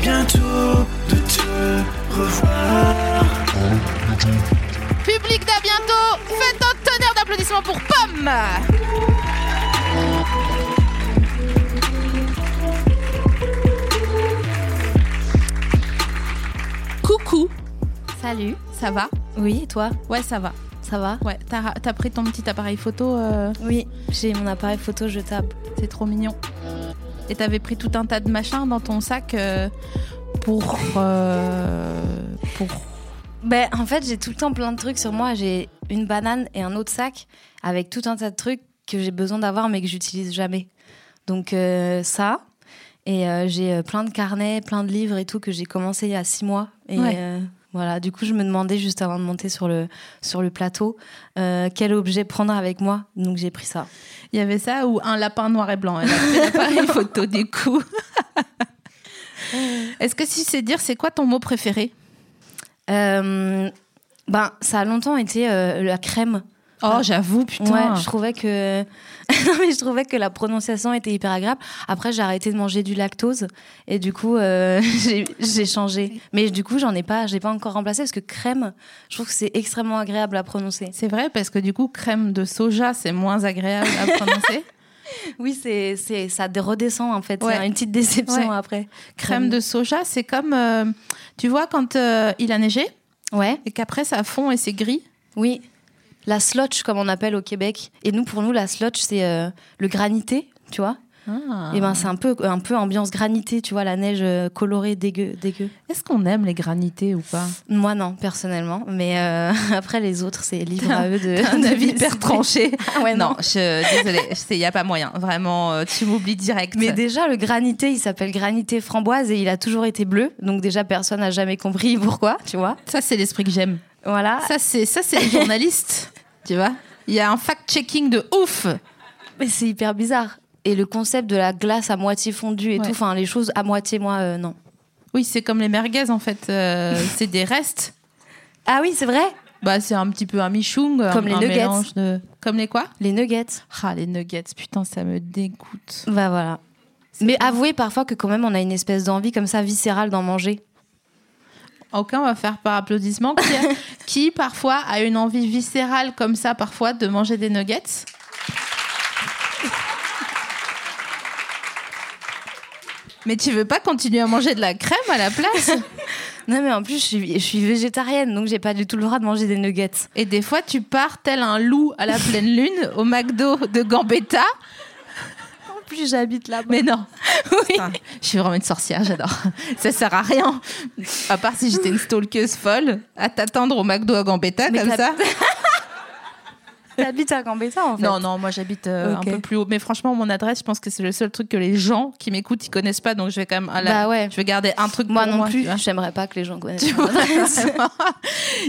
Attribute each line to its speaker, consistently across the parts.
Speaker 1: bientôt de te revoir.
Speaker 2: Public d'à bientôt, faites un tonnerre d'applaudissements pour Pomme Coucou Salut Ça va
Speaker 3: Oui, et toi
Speaker 2: Ouais, ça va.
Speaker 3: Ça va
Speaker 2: Ouais, t'as ra- t'as pris ton petit appareil photo, euh,
Speaker 3: Oui, j'ai mon appareil photo jetable.
Speaker 2: c'est trop mignon. Et t'avais pris tout un tas de machins dans ton sac euh, pour... euh, pour...
Speaker 3: Ben, en fait, j'ai tout le temps plein de trucs sur moi. J'ai une banane et un autre sac avec tout un tas de trucs que j'ai besoin d'avoir mais que j'utilise jamais. Donc euh, ça, et euh, j'ai euh, plein de carnets, plein de livres et tout que j'ai commencé il y a six mois. Et
Speaker 2: Ouais.
Speaker 3: euh, voilà, du coup, je me demandais juste avant de monter sur le, sur le plateau euh, quel objet prendre avec moi. Donc j'ai pris ça.
Speaker 2: Il y avait ça ou un lapin noir et blanc. Elle a pris l'appareil photo du coup. Est-ce que si c'est dire, c'est quoi ton mot préféré
Speaker 3: Euh, ben, ça a longtemps été euh, la crème.
Speaker 2: Oh, j'avoue, putain.
Speaker 3: Ouais, je trouvais que non mais je trouvais que la prononciation était hyper agréable. Après j'ai arrêté de manger du lactose et du coup euh, j'ai- j'ai changé. Mais du coup j'en ai pas, j'ai pas encore remplacé parce que crème, je trouve que c'est extrêmement agréable à prononcer.
Speaker 2: C'est vrai parce que du coup, crème de soja, c'est moins agréable à prononcer.
Speaker 3: Oui c'est c'est ça dé- redescend en fait.
Speaker 2: Ouais.
Speaker 3: C'est une petite déception
Speaker 2: Ouais.
Speaker 3: après.
Speaker 2: crème de soja, c'est comme, euh, tu vois, quand euh, il a neigé
Speaker 3: Ouais.
Speaker 2: et qu'après ça fond et c'est gris.
Speaker 3: Oui. La slotch comme on appelle au Québec. Et nous pour nous la slotch c'est euh, le granité, tu vois. Et ben c'est un peu un peu ambiance granité, tu vois la neige euh, colorée dégueu dégueu.
Speaker 2: Est-ce qu'on aime les granités ou pas
Speaker 3: Moi non, personnellement. Mais euh, après les autres, c'est libre à eux de.
Speaker 2: un
Speaker 3: de
Speaker 2: avis hyper
Speaker 3: décider.
Speaker 2: tranché.
Speaker 3: Ah ouais, non.
Speaker 2: non, je, désolée, il n'y a pas moyen. Vraiment, euh, tu m'oublies direct.
Speaker 3: Mais déjà, le granité, il s'appelle granité framboise et il a toujours été bleu. Donc déjà, personne n'a jamais compris pourquoi, tu vois.
Speaker 2: ça, c'est l'esprit que j'aime.
Speaker 3: Voilà.
Speaker 2: Ça, c'est ça, c'est les journalistes, tu vois. Il y a un fact-checking de ouf.
Speaker 3: Mais c'est hyper bizarre. Et le concept de la glace à moitié fondue et
Speaker 2: Ouais.
Speaker 3: tout, enfin les choses à moitié, moi, euh, non.
Speaker 2: Oui, c'est comme les merguez en fait. euh, c'est des restes.
Speaker 3: Ah oui, c'est vrai
Speaker 2: Bah, c'est un petit peu un michoung, un-
Speaker 3: Comme les
Speaker 2: un
Speaker 3: nuggets.
Speaker 2: mélange de. Comme les quoi
Speaker 3: Les nuggets.
Speaker 2: Ah, les nuggets. Putain, ça me dégoûte.
Speaker 3: Bah voilà. Mais avouez parfois que quand même, on a une espèce d'envie comme ça viscérale d'en manger.
Speaker 2: Ok, on va faire par applaudissement. Qui, qui, parfois a une envie viscérale comme ça parfois de manger des nuggets Mais tu veux pas continuer à manger de la crème à la place
Speaker 3: Non mais en plus, je suis, je suis végétarienne, donc j'ai pas du tout le droit de manger des nuggets.
Speaker 2: Et des fois, tu pars tel un loup à la pleine lune au McDo de Gambetta.
Speaker 3: En plus, j'habite là-bas.
Speaker 2: Mais non, Putain, je suis vraiment une sorcière, j'adore. Ça sert à rien. À part si j'étais une stalkeuse folle, à t'attendre au McDo à Gambetta
Speaker 3: Mais
Speaker 2: comme
Speaker 3: t'as-
Speaker 2: ça.
Speaker 3: T'habites à Gambetta en fait.
Speaker 2: Non, non, moi j'habite euh,
Speaker 3: Ok.
Speaker 2: un peu plus haut. Mais franchement, mon adresse, je pense que c'est le seul truc que les gens qui m'écoutent, ils connaissent pas. Donc je vais quand même. à la-
Speaker 3: Bah ouais.
Speaker 2: Je vais garder un truc
Speaker 3: Moi
Speaker 2: pour
Speaker 3: non
Speaker 2: moi.
Speaker 3: plus,
Speaker 2: tu vois.
Speaker 3: j'aimerais pas que les gens connaissent.
Speaker 2: Tu
Speaker 3: mon
Speaker 2: vois,
Speaker 3: adresse.
Speaker 2: vraiment.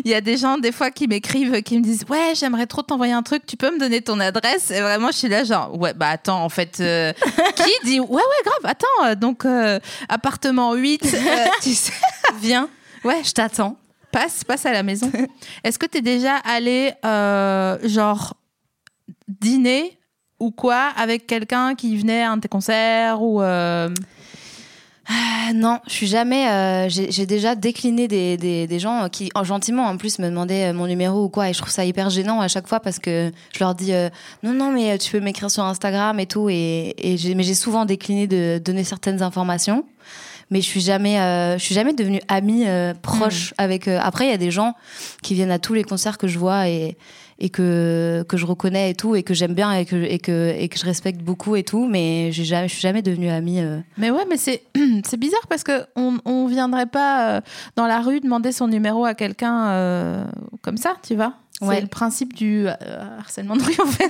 Speaker 2: Il y a des gens des fois qui m'écrivent, qui me disent ouais j'aimerais trop t'envoyer un truc, tu peux me donner ton adresse Et vraiment je suis là genre ouais bah attends en fait euh, qui dit ouais ouais grave attends euh, donc euh, appartement 8 euh, tu sais
Speaker 3: Viens,
Speaker 2: ouais
Speaker 3: je t'attends.
Speaker 2: passe passe à la maison. Est-ce que t'es déjà allé euh, genre dîner ou quoi avec quelqu'un qui venait à un de tes concerts ou euh,
Speaker 3: Ah non, je suis jamais. euh, J'ai j'ai déjà décliné des, des- des gens qui, en- gentiment en plus, me demandaient euh, mon numéro ou quoi, et je trouve ça hyper gênant à chaque fois parce que je leur dis euh, non, non, mais euh, tu peux m'écrire sur Instagram et tout, et, et j'ai- mais j'ai souvent décliné de donner certaines informations. mais je suis jamais, euh, je suis jamais devenue amie euh, proche avec. euh, Après, il y a des gens qui viennent à tous les concerts que je vois et, et que, que je reconnais et tout, et que j'aime bien et que, et, que, et que je respecte beaucoup et tout, mais j'ai jamais, je suis jamais devenue amie. euh.
Speaker 2: Mais ouais, mais c'est c'est bizarre parce que on, on viendrait pas euh, dans la rue demander son numéro à quelqu'un euh, comme ça, tu vois. C'est
Speaker 3: Ouais.
Speaker 2: le principe du euh, harcèlement de rue en fait,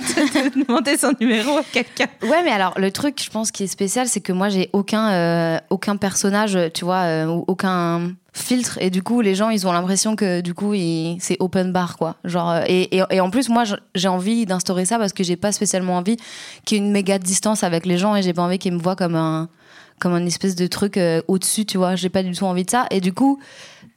Speaker 2: de demander son numéro à quelqu'un.
Speaker 3: Ouais, mais alors le truc, je pense, qui est spécial, c'est que moi, j'ai aucun, euh, aucun personnage, tu vois, euh, ou aucun filtre. Et du coup, les gens, ils ont l'impression que du coup, ils- c'est open bar, quoi. Genre, euh, et, et, et en plus, moi, je- j'ai envie d'instaurer ça parce que j'ai pas spécialement envie qu'il y ait une méga distance avec les gens et j'ai pas envie qu'ils me voient comme un comme un espèce de truc euh, au-dessus, tu vois. J'ai pas du tout envie de ça. Et du coup,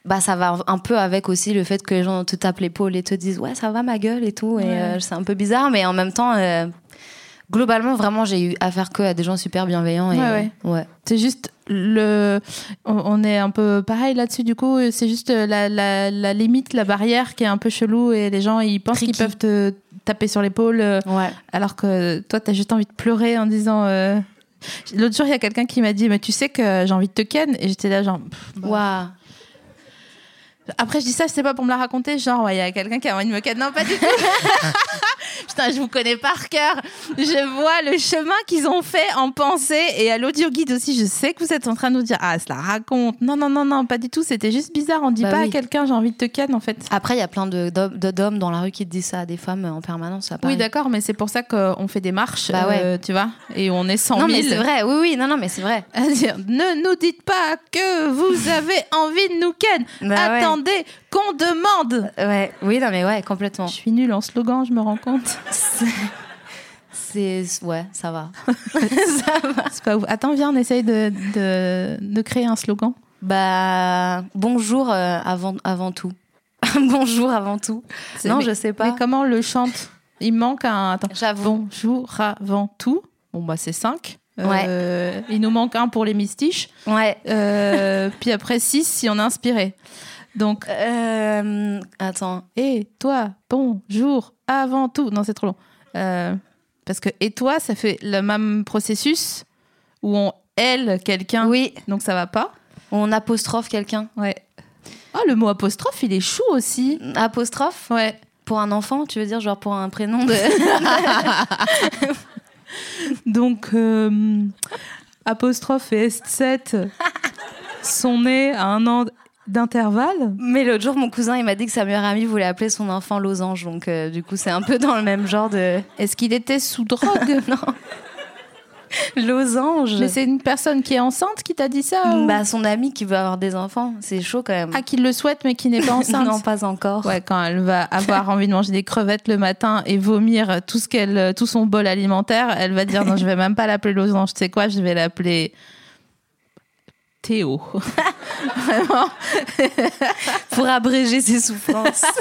Speaker 3: bah ça va un peu avec aussi le fait que les gens te tapent l'épaule et te disent ouais ça va ma gueule et tout. Et euh, c'est un peu bizarre, mais en même temps. euh, Globalement, vraiment, j'ai eu affaire que à des gens super bienveillants. Et, euh,
Speaker 2: Ouais,
Speaker 3: ouais.
Speaker 2: C'est juste le, on, on est un peu pareil là-dessus. Du coup, c'est juste la, la, la limite, la barrière qui est un peu chelou et les gens ils pensent qu'ils
Speaker 3: Tricky.
Speaker 2: peuvent te taper sur l'épaule. euh,
Speaker 3: ouais.
Speaker 2: Alors que toi, t'as juste envie de pleurer en disant. euh, L'autre jour, il y a quelqu'un qui m'a dit Mais tu sais que j'ai envie de te ken Et j'étais là, genre. pff, bah.
Speaker 3: Waouh.
Speaker 2: Après, je dis ça, c'est pas pour me la raconter. Genre, Ouais, il y a quelqu'un qui a envie de me ken. Non, pas du tout. Putain, je vous connais par cœur. Je vois le chemin qu'ils ont fait en pensée. Et à l'audio guide aussi, je sais que vous êtes en train de nous dire Ah, cela raconte. Non, non, non, non, pas du tout. C'était juste bizarre. On dit
Speaker 3: Bah
Speaker 2: pas à
Speaker 3: oui. Bah
Speaker 2: quelqu'un J'ai envie de te ken, en fait.
Speaker 3: Après, il y a plein de d'hommes de- d'hommes dans la rue qui te disent ça à des femmes euh, en permanence. ça,
Speaker 2: Oui,
Speaker 3: pareil.
Speaker 2: d'accord, mais c'est pour ça qu'on fait des marches,
Speaker 3: Bah ouais.
Speaker 2: euh, tu vois, et on est 100
Speaker 3: Non,
Speaker 2: 000.
Speaker 3: mais c'est vrai. Oui, oui. Non, non, mais c'est vrai.
Speaker 2: à dire ne nous dites pas que vous avez envie de nous ken.
Speaker 3: Bah ouais.
Speaker 2: Attendez qu'on demande.
Speaker 3: Ouais. Oui, non, mais ouais, complètement.
Speaker 2: Je suis nulle en slogan, je me rends compte.
Speaker 3: C'est ouais, ça va.
Speaker 2: C'est pas ouf. Attends, viens, on essaye de, de, de créer un slogan.
Speaker 3: Bah bonjour euh, avant avant tout. bonjour avant tout.
Speaker 2: C'est-
Speaker 3: Non,
Speaker 2: mais-
Speaker 3: je sais pas.
Speaker 2: Mais comment on le chante Il manque un. Attends.
Speaker 3: J'avoue.
Speaker 2: Bonjour avant tout. Bon, bah, c'est 5. Il nous manque un pour les mystiches.
Speaker 3: Ouais.
Speaker 2: Euh, puis après 6 si on est inspiré. Donc,
Speaker 3: Euh, attends.
Speaker 2: Et toi, bonjour, avant tout. Non, c'est trop long. Euh, parce que et toi, ça fait le même processus où on elle quelqu'un.
Speaker 3: Oui.
Speaker 2: Donc ça va pas.
Speaker 3: On apostrophe quelqu'un.
Speaker 2: Ouais. Ah, le mot apostrophe, il est chou aussi.
Speaker 3: Apostrophe
Speaker 2: Ouais.
Speaker 3: pour un enfant, tu veux dire genre pour un prénom de.
Speaker 2: Donc, euh, apostrophe et S7 sont nés à un an d'intervalle.
Speaker 3: Mais l'autre jour, mon cousin, il m'a dit que sa meilleure amie voulait appeler son enfant losange. Donc, euh, du coup, c'est un peu dans le même genre de
Speaker 2: Est-ce qu'il était sous drogue Non.
Speaker 3: losange.
Speaker 2: Mais c'est une personne qui est enceinte qui t'a dit ça ou-
Speaker 3: bah, son amie qui veut avoir des enfants, c'est chaud quand même.
Speaker 2: Ah, qui le souhaite mais qui n'est pas enceinte.
Speaker 3: non, pas encore.
Speaker 2: Ouais, quand elle va avoir envie de manger des crevettes le matin et vomir tout ce qu'elle, tout son bol alimentaire, elle va dire non, je vais même pas l'appeler losange. Tu sais quoi Je vais l'appeler Théo. Vraiment.
Speaker 3: Pour abréger ses souffrances.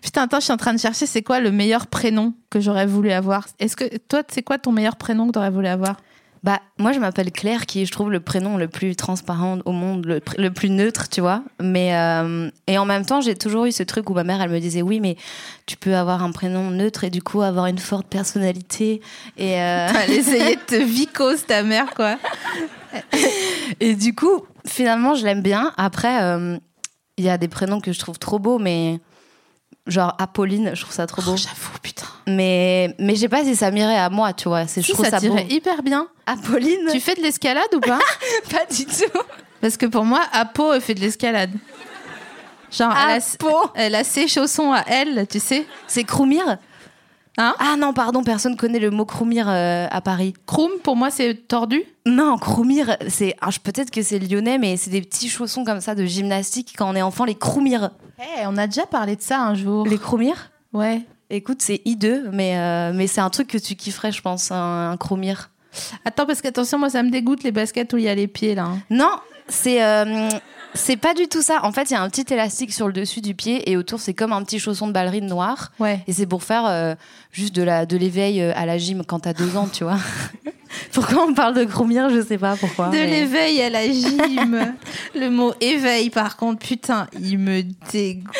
Speaker 2: Putain, attends, je suis en train de chercher. C'est quoi le meilleur prénom que j'aurais voulu avoir Est-ce que toi, c'est quoi ton meilleur prénom que t'aurais voulu avoir
Speaker 3: bah, moi, je m'appelle Claire, qui est, je trouve le prénom le plus transparent au monde, le, pr- le plus neutre, tu vois. Mais euh, et en même temps, j'ai toujours eu ce truc où ma mère, elle me disait oui, mais tu peux avoir un prénom neutre et du coup avoir une forte personnalité. Et euh,
Speaker 2: Elle essayait de te vicose ta mère, quoi.
Speaker 3: Et du coup, finalement, je l'aime bien. Après, euh, il y a des prénoms que je trouve trop beaux, mais genre Apolline, je trouve ça trop beau.
Speaker 2: Oh, J'avoue, putain.
Speaker 3: mais mais je sais pas si ça m'irait à moi, tu vois. C'est je
Speaker 2: Si,
Speaker 3: trouve
Speaker 2: ça,
Speaker 3: ça, beau.
Speaker 2: t'irait hyper bien.
Speaker 3: Apolline,
Speaker 2: Tu fais de l'escalade ou pas
Speaker 3: pas du tout.
Speaker 2: Parce que pour moi, Apo, elle fait de l'escalade. Genre, elle a,
Speaker 3: Apo.
Speaker 2: elle a ses chaussons à elle, tu sais.
Speaker 3: C'est croumir.
Speaker 2: Hein
Speaker 3: Ah non, pardon, personne connaît le mot croumir euh, à Paris.
Speaker 2: Croom, pour moi, c'est tordu.
Speaker 3: Non, croumir, c'est ah, je- peut-être que c'est lyonnais, mais c'est des petits chaussons comme ça de gymnastique quand on est enfant, les croumir.
Speaker 2: Eh, on a déjà parlé de ça un jour.
Speaker 3: Les croumir.
Speaker 2: Ouais.
Speaker 3: Écoute, c'est hideux, mais euh, mais c'est un truc que tu kifferais, je pense, un, un croumir.
Speaker 2: Attends, parce qu'attention, moi, ça me dégoûte les baskets où il y a les pieds, là. hein.
Speaker 3: Non, c'est euh, c'est pas du tout ça. En fait, il y a un petit élastique sur le dessus du pied et autour, c'est comme un petit chausson de ballerine noir.
Speaker 2: Ouais.
Speaker 3: Et c'est pour faire euh, juste de la de l'éveil euh, à la gym quand t'as deux ans, tu vois. pourquoi on parle de groumir, je sais pas pourquoi.
Speaker 2: De
Speaker 3: mais-
Speaker 2: l'éveil à la gym. le mot éveil, par contre, putain, il me dégoûte.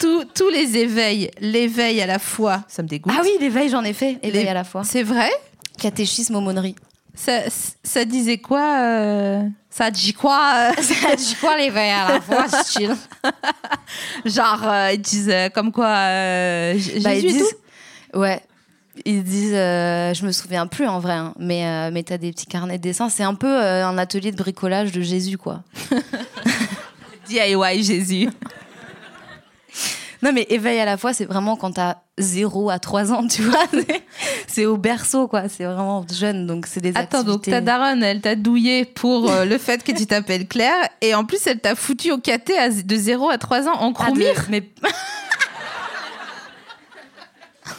Speaker 2: Tous- tous les éveils, l'éveil à la foi, ça me dégoûte.
Speaker 3: Ah oui, l'éveil, j'en ai fait. Éveil
Speaker 2: Les-
Speaker 3: à la fois.
Speaker 2: Ah C'est vrai
Speaker 3: Catéchisme, aumônerie.
Speaker 2: Ça, ça disait quoi euh, Ça dit quoi euh,
Speaker 3: Je crois les verres à la fois, c'est chill.
Speaker 2: Genre, euh, ils disent euh, comme quoi euh, J-
Speaker 3: Bah,
Speaker 2: Jésus et tout.
Speaker 3: Ouais. Ils disent, euh, je me souviens plus en vrai, hein, mais, euh, mais t'as des petits carnets de dessin. C'est un peu euh, un atelier de bricolage de Jésus, quoi.
Speaker 2: DIY Jésus.
Speaker 3: Non, mais éveil à la fois, c'est vraiment quand t'as 0 à 3 ans, tu vois. c'est au berceau, quoi. C'est vraiment jeune, donc c'est des
Speaker 2: Attends, donc
Speaker 3: activités.
Speaker 2: ta daronne, elle t'a douillé pour euh, le fait que tu t'appelles Claire et en plus elle t'a foutu au caté à- de 0 à 3 ans en
Speaker 3: Ah, de-
Speaker 2: chromir.
Speaker 3: mais...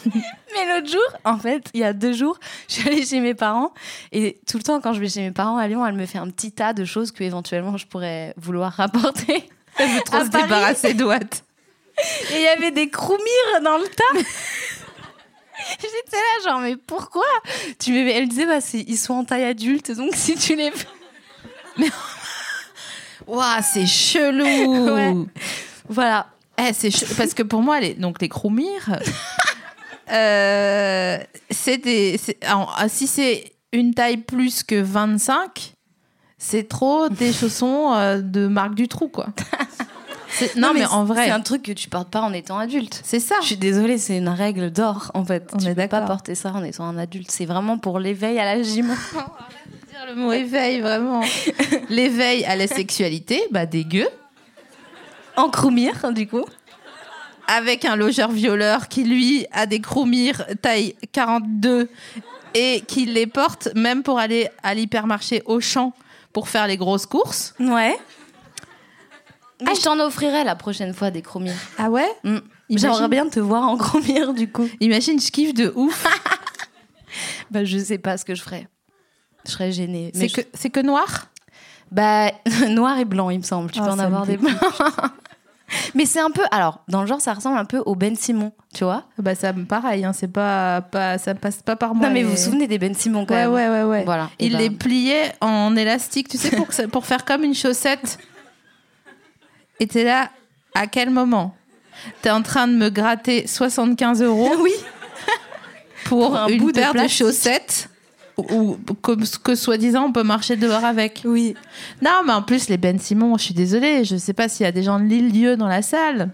Speaker 3: Mais l'autre jour, en fait, il y a deux jours, je suis allée chez mes parents et tout le temps, quand je vais chez mes parents à Lyon, elle me fait un petit tas de choses que éventuellement je pourrais vouloir rapporter.
Speaker 2: Elle veut trop
Speaker 3: à
Speaker 2: se
Speaker 3: Paris.
Speaker 2: débarrasser de Watt.
Speaker 3: Et il y avait des croumires dans le tas. J'étais là, genre, mais pourquoi tu me- Elle disait, bah, c'est- ils sont en taille adulte, donc si tu les.
Speaker 2: Waouh, c'est chelou.
Speaker 3: Ouais. Voilà.
Speaker 2: Eh, c'est chou- parce que pour moi, les, donc les chromires, euh, c'est des. c'est- alors, ah, si c'est une taille plus que 25, c'est trop des chaussons euh, de marque du trou, quoi. C'est- Non, mais,
Speaker 3: c-
Speaker 2: en vrai,
Speaker 3: C'est un truc que tu portes pas en étant adulte.
Speaker 2: c'est ça.
Speaker 3: Je suis désolée, c'est une règle d'or, en fait.
Speaker 2: On
Speaker 3: tu
Speaker 2: est
Speaker 3: peux pas
Speaker 2: d'accord.
Speaker 3: porter ça en étant un adulte. C'est vraiment pour l'éveil à la gym.
Speaker 2: dire le mot éveil, vraiment. L'éveil à la sexualité, bah dégueu.
Speaker 3: en croumire, du coup.
Speaker 2: avec un logeur violeur qui lui a des chromires taille 42 et qui les porte même pour aller à l'hypermarché Auchan pour faire les grosses courses.
Speaker 3: Ouais. Ah, je t'en offrirai la prochaine fois des chromires.
Speaker 2: Ah ouais
Speaker 3: Mm.
Speaker 2: Imagine-
Speaker 3: J'aimerais bien te voir en chromire, du coup.
Speaker 2: Imagine, je kiffe de ouf.
Speaker 3: Bah, je sais pas ce que je ferais. Je serais gênée.
Speaker 2: C'est
Speaker 3: je-
Speaker 2: que, c'est que noir
Speaker 3: Bah, noir et blanc, il Oh, me semble. Tu
Speaker 2: Ah,
Speaker 3: peux en
Speaker 2: ça me
Speaker 3: avoir des blancs. Mais c'est un peu. Alors, dans le genre, ça ressemble un peu au Ben Simon, tu vois.
Speaker 2: Bah ça me pareil, hein, c'est pas, pas, ça passe pas par moi.
Speaker 3: non, mais vous
Speaker 2: les-
Speaker 3: vous souvenez des Ben Simon quand
Speaker 2: Ouais,
Speaker 3: même
Speaker 2: ouais, ouais, ouais.
Speaker 3: Voilà.
Speaker 2: Il
Speaker 3: Et
Speaker 2: les
Speaker 3: ben,
Speaker 2: pliait en élastique, tu sais, pour, que ça- pour faire comme une chaussette. Et t'es là, à quel moment T'es en train de me gratter 75 euros
Speaker 3: Oui.
Speaker 2: pour,
Speaker 3: Pour un
Speaker 2: une
Speaker 3: bout de
Speaker 2: paire de,
Speaker 3: plastique.
Speaker 2: chaussettes ou ou que, que soi-disant on peut marcher dehors avec.
Speaker 3: Oui.
Speaker 2: Non, mais en plus les Ben Simon, je suis désolée, je sais pas s'il y a des gens de l'île-dieu dans la salle.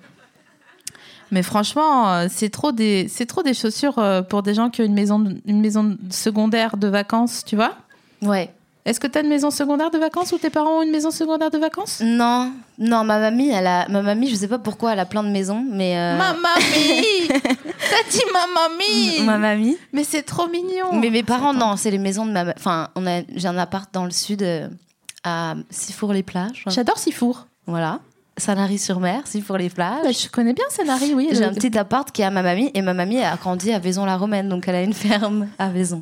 Speaker 2: Mais franchement, euh, c'est trop des c'est trop des chaussures euh, pour des gens qui ont une maison de- une maison secondaire de vacances, tu vois
Speaker 3: Ouais.
Speaker 2: Est-ce que tu as une maison secondaire de vacances ou tes parents ont une maison secondaire de vacances
Speaker 3: Non, non, ma mamie, elle a, ma mamie, je sais pas pourquoi, elle a plein de maisons, mais. euh,
Speaker 2: Ma mamie T'as dit ma mamie
Speaker 3: Ma mamie.
Speaker 2: Mais c'est trop mignon.
Speaker 3: Mais mes parents, non, c'est les maisons de ma. ma- Enfin, on a, j'ai un appart dans le sud euh, à Sifour-les-Plages.
Speaker 2: J'adore Sifour.
Speaker 3: Voilà. Sanary-sur-Mer, Sifour-les-Plages.
Speaker 2: Bah, je connais bien Scénarii, oui.
Speaker 3: J'ai
Speaker 2: elle-
Speaker 3: un petit appart qui est à ma mamie et ma mamie a grandi à Vaison-la-Romaine, donc elle a une ferme à Vaison.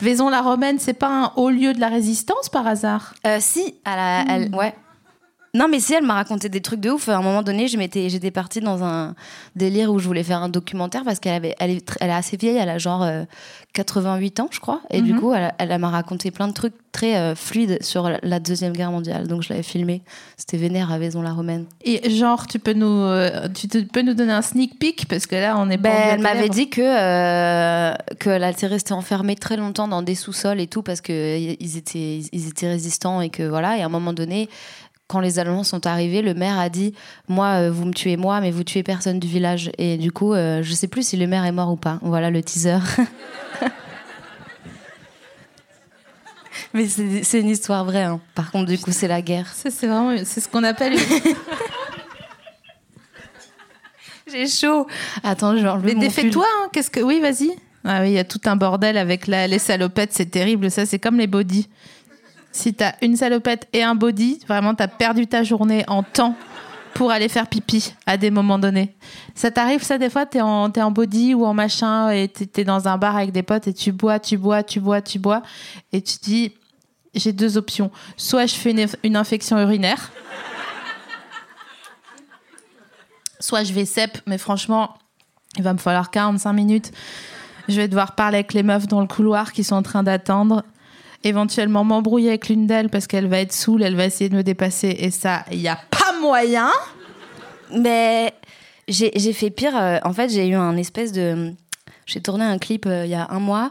Speaker 2: Vaison-la-Romaine, c'est pas un haut lieu de la résistance par hasard
Speaker 3: Euh, si, elle a- elle- ouais. Non, mais si, elle m'a raconté des trucs de ouf. À un moment donné, je m'étais, j'étais partie dans un délire où je voulais faire un documentaire parce qu'elle avait, elle est, tr- elle est assez vieille, elle a genre euh, 88 ans, je crois. Et du coup, elle, elle m'a raconté plein de trucs très euh, fluides sur la- la Deuxième Guerre mondiale. Donc, je l'avais filmé. C'était vénère à Vaison-la-Romaine.
Speaker 2: Et genre, tu peux nous, euh, tu te- peux nous donner un sneak peek parce que là, on est. pas
Speaker 3: Ben,
Speaker 2: en
Speaker 3: elle m'avait
Speaker 2: biodélèbre.
Speaker 3: dit que euh, qu'elle était restée enfermée très longtemps dans des sous-sols et tout parce que y- ils étaient ils étaient résistants et que voilà et à un moment donné quand les Allemands sont arrivés, le maire a dit moi euh, vous me tuez moi mais vous tuez personne du village et du coup euh, je sais plus si le maire est mort ou pas. Voilà le teaser. mais c'est c'est une histoire vraie. hein. Par contre du coup c'est la guerre.
Speaker 2: Ça, c'est vraiment, c'est ce qu'on appelle. une-
Speaker 3: J'ai chaud. Attends je vais enlever
Speaker 2: Mais
Speaker 3: mon pull.
Speaker 2: défais-toi. hein, Qu'est-ce que Oui, vas-y. Ah oui, il y a tout un bordel avec la- les salopettes, c'est terrible. Ça, c'est comme les body. Si t'as une salopette et un body, vraiment, t'as perdu ta journée en temps pour aller faire pipi à des moments donnés. Ça t'arrive, ça, des fois, t'es en, t'es en body ou en machin et t'es t'es dans un bar avec des potes et tu bois, tu bois, tu bois, tu bois. Et tu dis, j'ai deux options. Soit je fais une, eff- une infection urinaire. Soit je vais cep, mais franchement, il va me falloir 45 minutes. Je vais devoir parler avec les meufs dans le couloir qui sont en train d'attendre. Éventuellement m'embrouiller avec l'une d'elles parce qu'elle va être saoule, elle va essayer de me dépasser. Et ça, il n'y a pas moyen.
Speaker 3: Mais j'ai j'ai fait pire. euh, en fait, j'ai eu un espèce de. J'ai tourné un clip euh, il y a un mois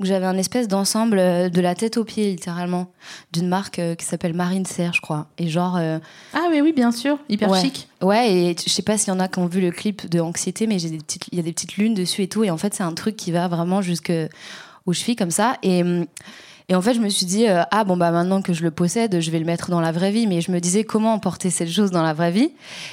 Speaker 3: où j'avais un espèce d'ensemble euh, de la tête aux pieds, littéralement, d'une marque euh, qui s'appelle Marine Serre, je crois. Et genre. euh,
Speaker 2: Ah oui, oui, bien sûr, hyper
Speaker 3: ouais.
Speaker 2: chic.
Speaker 3: Ouais, et t- je sais pas s'il y en a qui ont vu le clip de Anxiété, mais j'ai des petites- il y a des petites lunes dessus et tout. Et en fait, c'est un truc qui va vraiment jusque aux chevilles comme ça. Et, hum, et en fait, je me suis dit, euh, ah bon, bah maintenant que je le possède, je vais le mettre dans la vraie vie. Mais je me disais, comment porter cette chose dans la vraie vie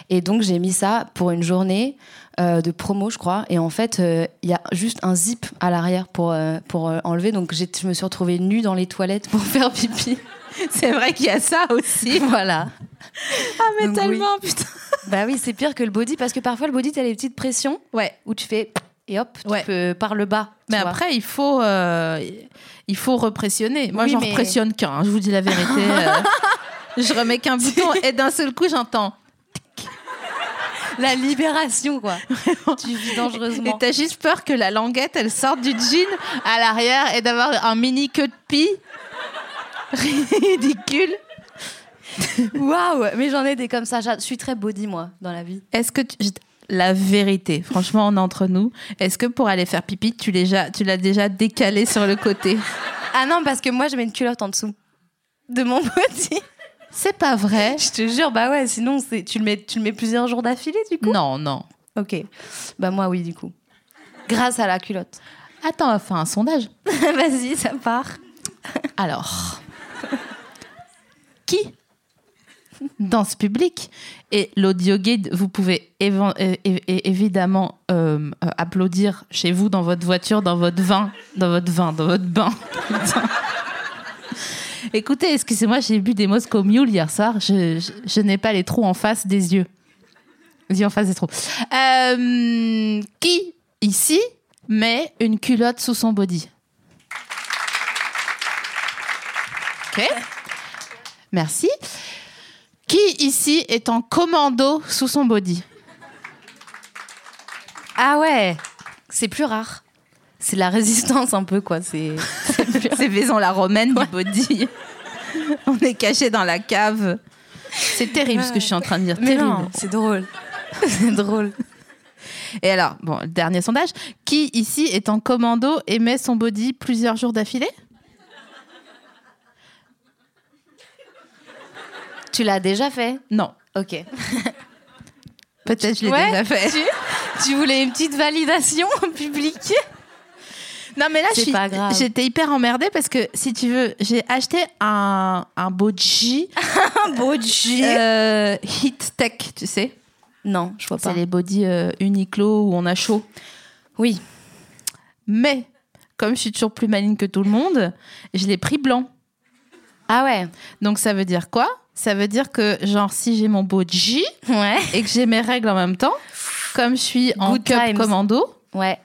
Speaker 3: Et donc, j'ai mis ça pour une journée euh, de promo, je crois. Et en fait, euh, il y a juste un zip à l'arrière pour, euh, pour euh, enlever. Donc, j'ai- je me suis retrouvée nue dans les toilettes pour faire pipi.
Speaker 2: C'est vrai qu'il y a ça aussi.
Speaker 3: voilà.
Speaker 2: Ah, mais
Speaker 3: Donc,
Speaker 2: tellement, putain.
Speaker 3: Bah oui, c'est pire que le body parce que parfois le body, t'as les petites pressions
Speaker 2: Ouais.
Speaker 3: où tu fais et hop, tu
Speaker 2: Ouais.
Speaker 3: peux par le bas. tu
Speaker 2: Mais
Speaker 3: vois.
Speaker 2: après, il faut, euh, il faut repressionner. Moi,
Speaker 3: Oui,
Speaker 2: j'en
Speaker 3: mais-
Speaker 2: repressionne qu'un. hein, je vous dis la vérité. euh, je remets qu'un bouton et d'un seul coup, j'entends.
Speaker 3: la libération, quoi. tu vis
Speaker 2: Et
Speaker 3: dangereusement.
Speaker 2: t'as juste peur que la languette, elle sorte du jean à l'arrière et d'avoir un mini queue de pie. Ridicule.
Speaker 3: Waouh, mais j'en ai des comme ça. Je suis très body, moi, dans la vie.
Speaker 2: Est-ce que tu- je- la vérité, franchement, on est entre nous. Est-ce que pour aller faire pipi, tu l'es déjà- tu l'as déjà décalé sur le côté
Speaker 3: Ah non, parce que moi, je mets une culotte en dessous de mon body.
Speaker 2: C'est pas vrai.
Speaker 3: je te jure, bah ouais, sinon, c'est- tu le, mets, tu le mets plusieurs jours d'affilée, du coup.
Speaker 2: Non, non.
Speaker 3: Ok. Bah moi, oui, du coup. Grâce à la culotte.
Speaker 2: Attends, on va faire un sondage.
Speaker 3: Vas-y, ça part.
Speaker 2: Alors, qui dans ce public et l'audio guide, vous pouvez évan- euh, é- é- évidemment euh, euh, applaudir chez vous, dans votre voiture, dans votre vin, dans votre vin, dans votre bain. Putain. Écoutez, excusez-moi, j'ai bu des Moscow Mule hier soir. Je, je- je n'ai pas les trous en face des yeux. Les yeux en face des trous. Euh, qui ici met une culotte sous son body Ok. Merci. Qui ici est en commando sous son body
Speaker 3: Ah ouais, c'est plus rare. C'est de la résistance un peu quoi. C'est
Speaker 2: C'est Vaison la romaine du body. On est caché dans la cave. C'est terrible ce que je suis en train de dire.
Speaker 3: Mais
Speaker 2: terrible.
Speaker 3: non, c'est drôle. c'est drôle.
Speaker 2: Et alors, bon, dernier sondage. Qui ici est en commando et met son body plusieurs jours d'affilée
Speaker 3: Tu l'as déjà fait
Speaker 2: Non.
Speaker 3: Ok.
Speaker 2: Peut-être je l'ai
Speaker 3: Ouais,
Speaker 2: déjà fait.
Speaker 3: Tu voulais une petite validation publique
Speaker 2: Non, mais là, je
Speaker 3: C'est
Speaker 2: suis-
Speaker 3: pas grave.
Speaker 2: j'étais hyper emmerdée parce que, si tu veux, j'ai acheté un, un body
Speaker 3: Un beau G.
Speaker 2: euh, Heat Tech, tu sais.
Speaker 3: Non, je vois
Speaker 2: C'est
Speaker 3: pas.
Speaker 2: les bodys euh, Uniqlo où on a chaud.
Speaker 3: Oui.
Speaker 2: Mais, comme je suis toujours plus maligne que tout le monde, je l'ai pris blanc.
Speaker 3: Ah ouais.
Speaker 2: Donc ça veut dire quoi Ça veut dire que, genre, si j'ai mon beau J
Speaker 3: Ouais.
Speaker 2: et que j'ai mes règles en même temps, comme je suis en
Speaker 3: Good
Speaker 2: cup
Speaker 3: times.
Speaker 2: commando,
Speaker 3: Ouais.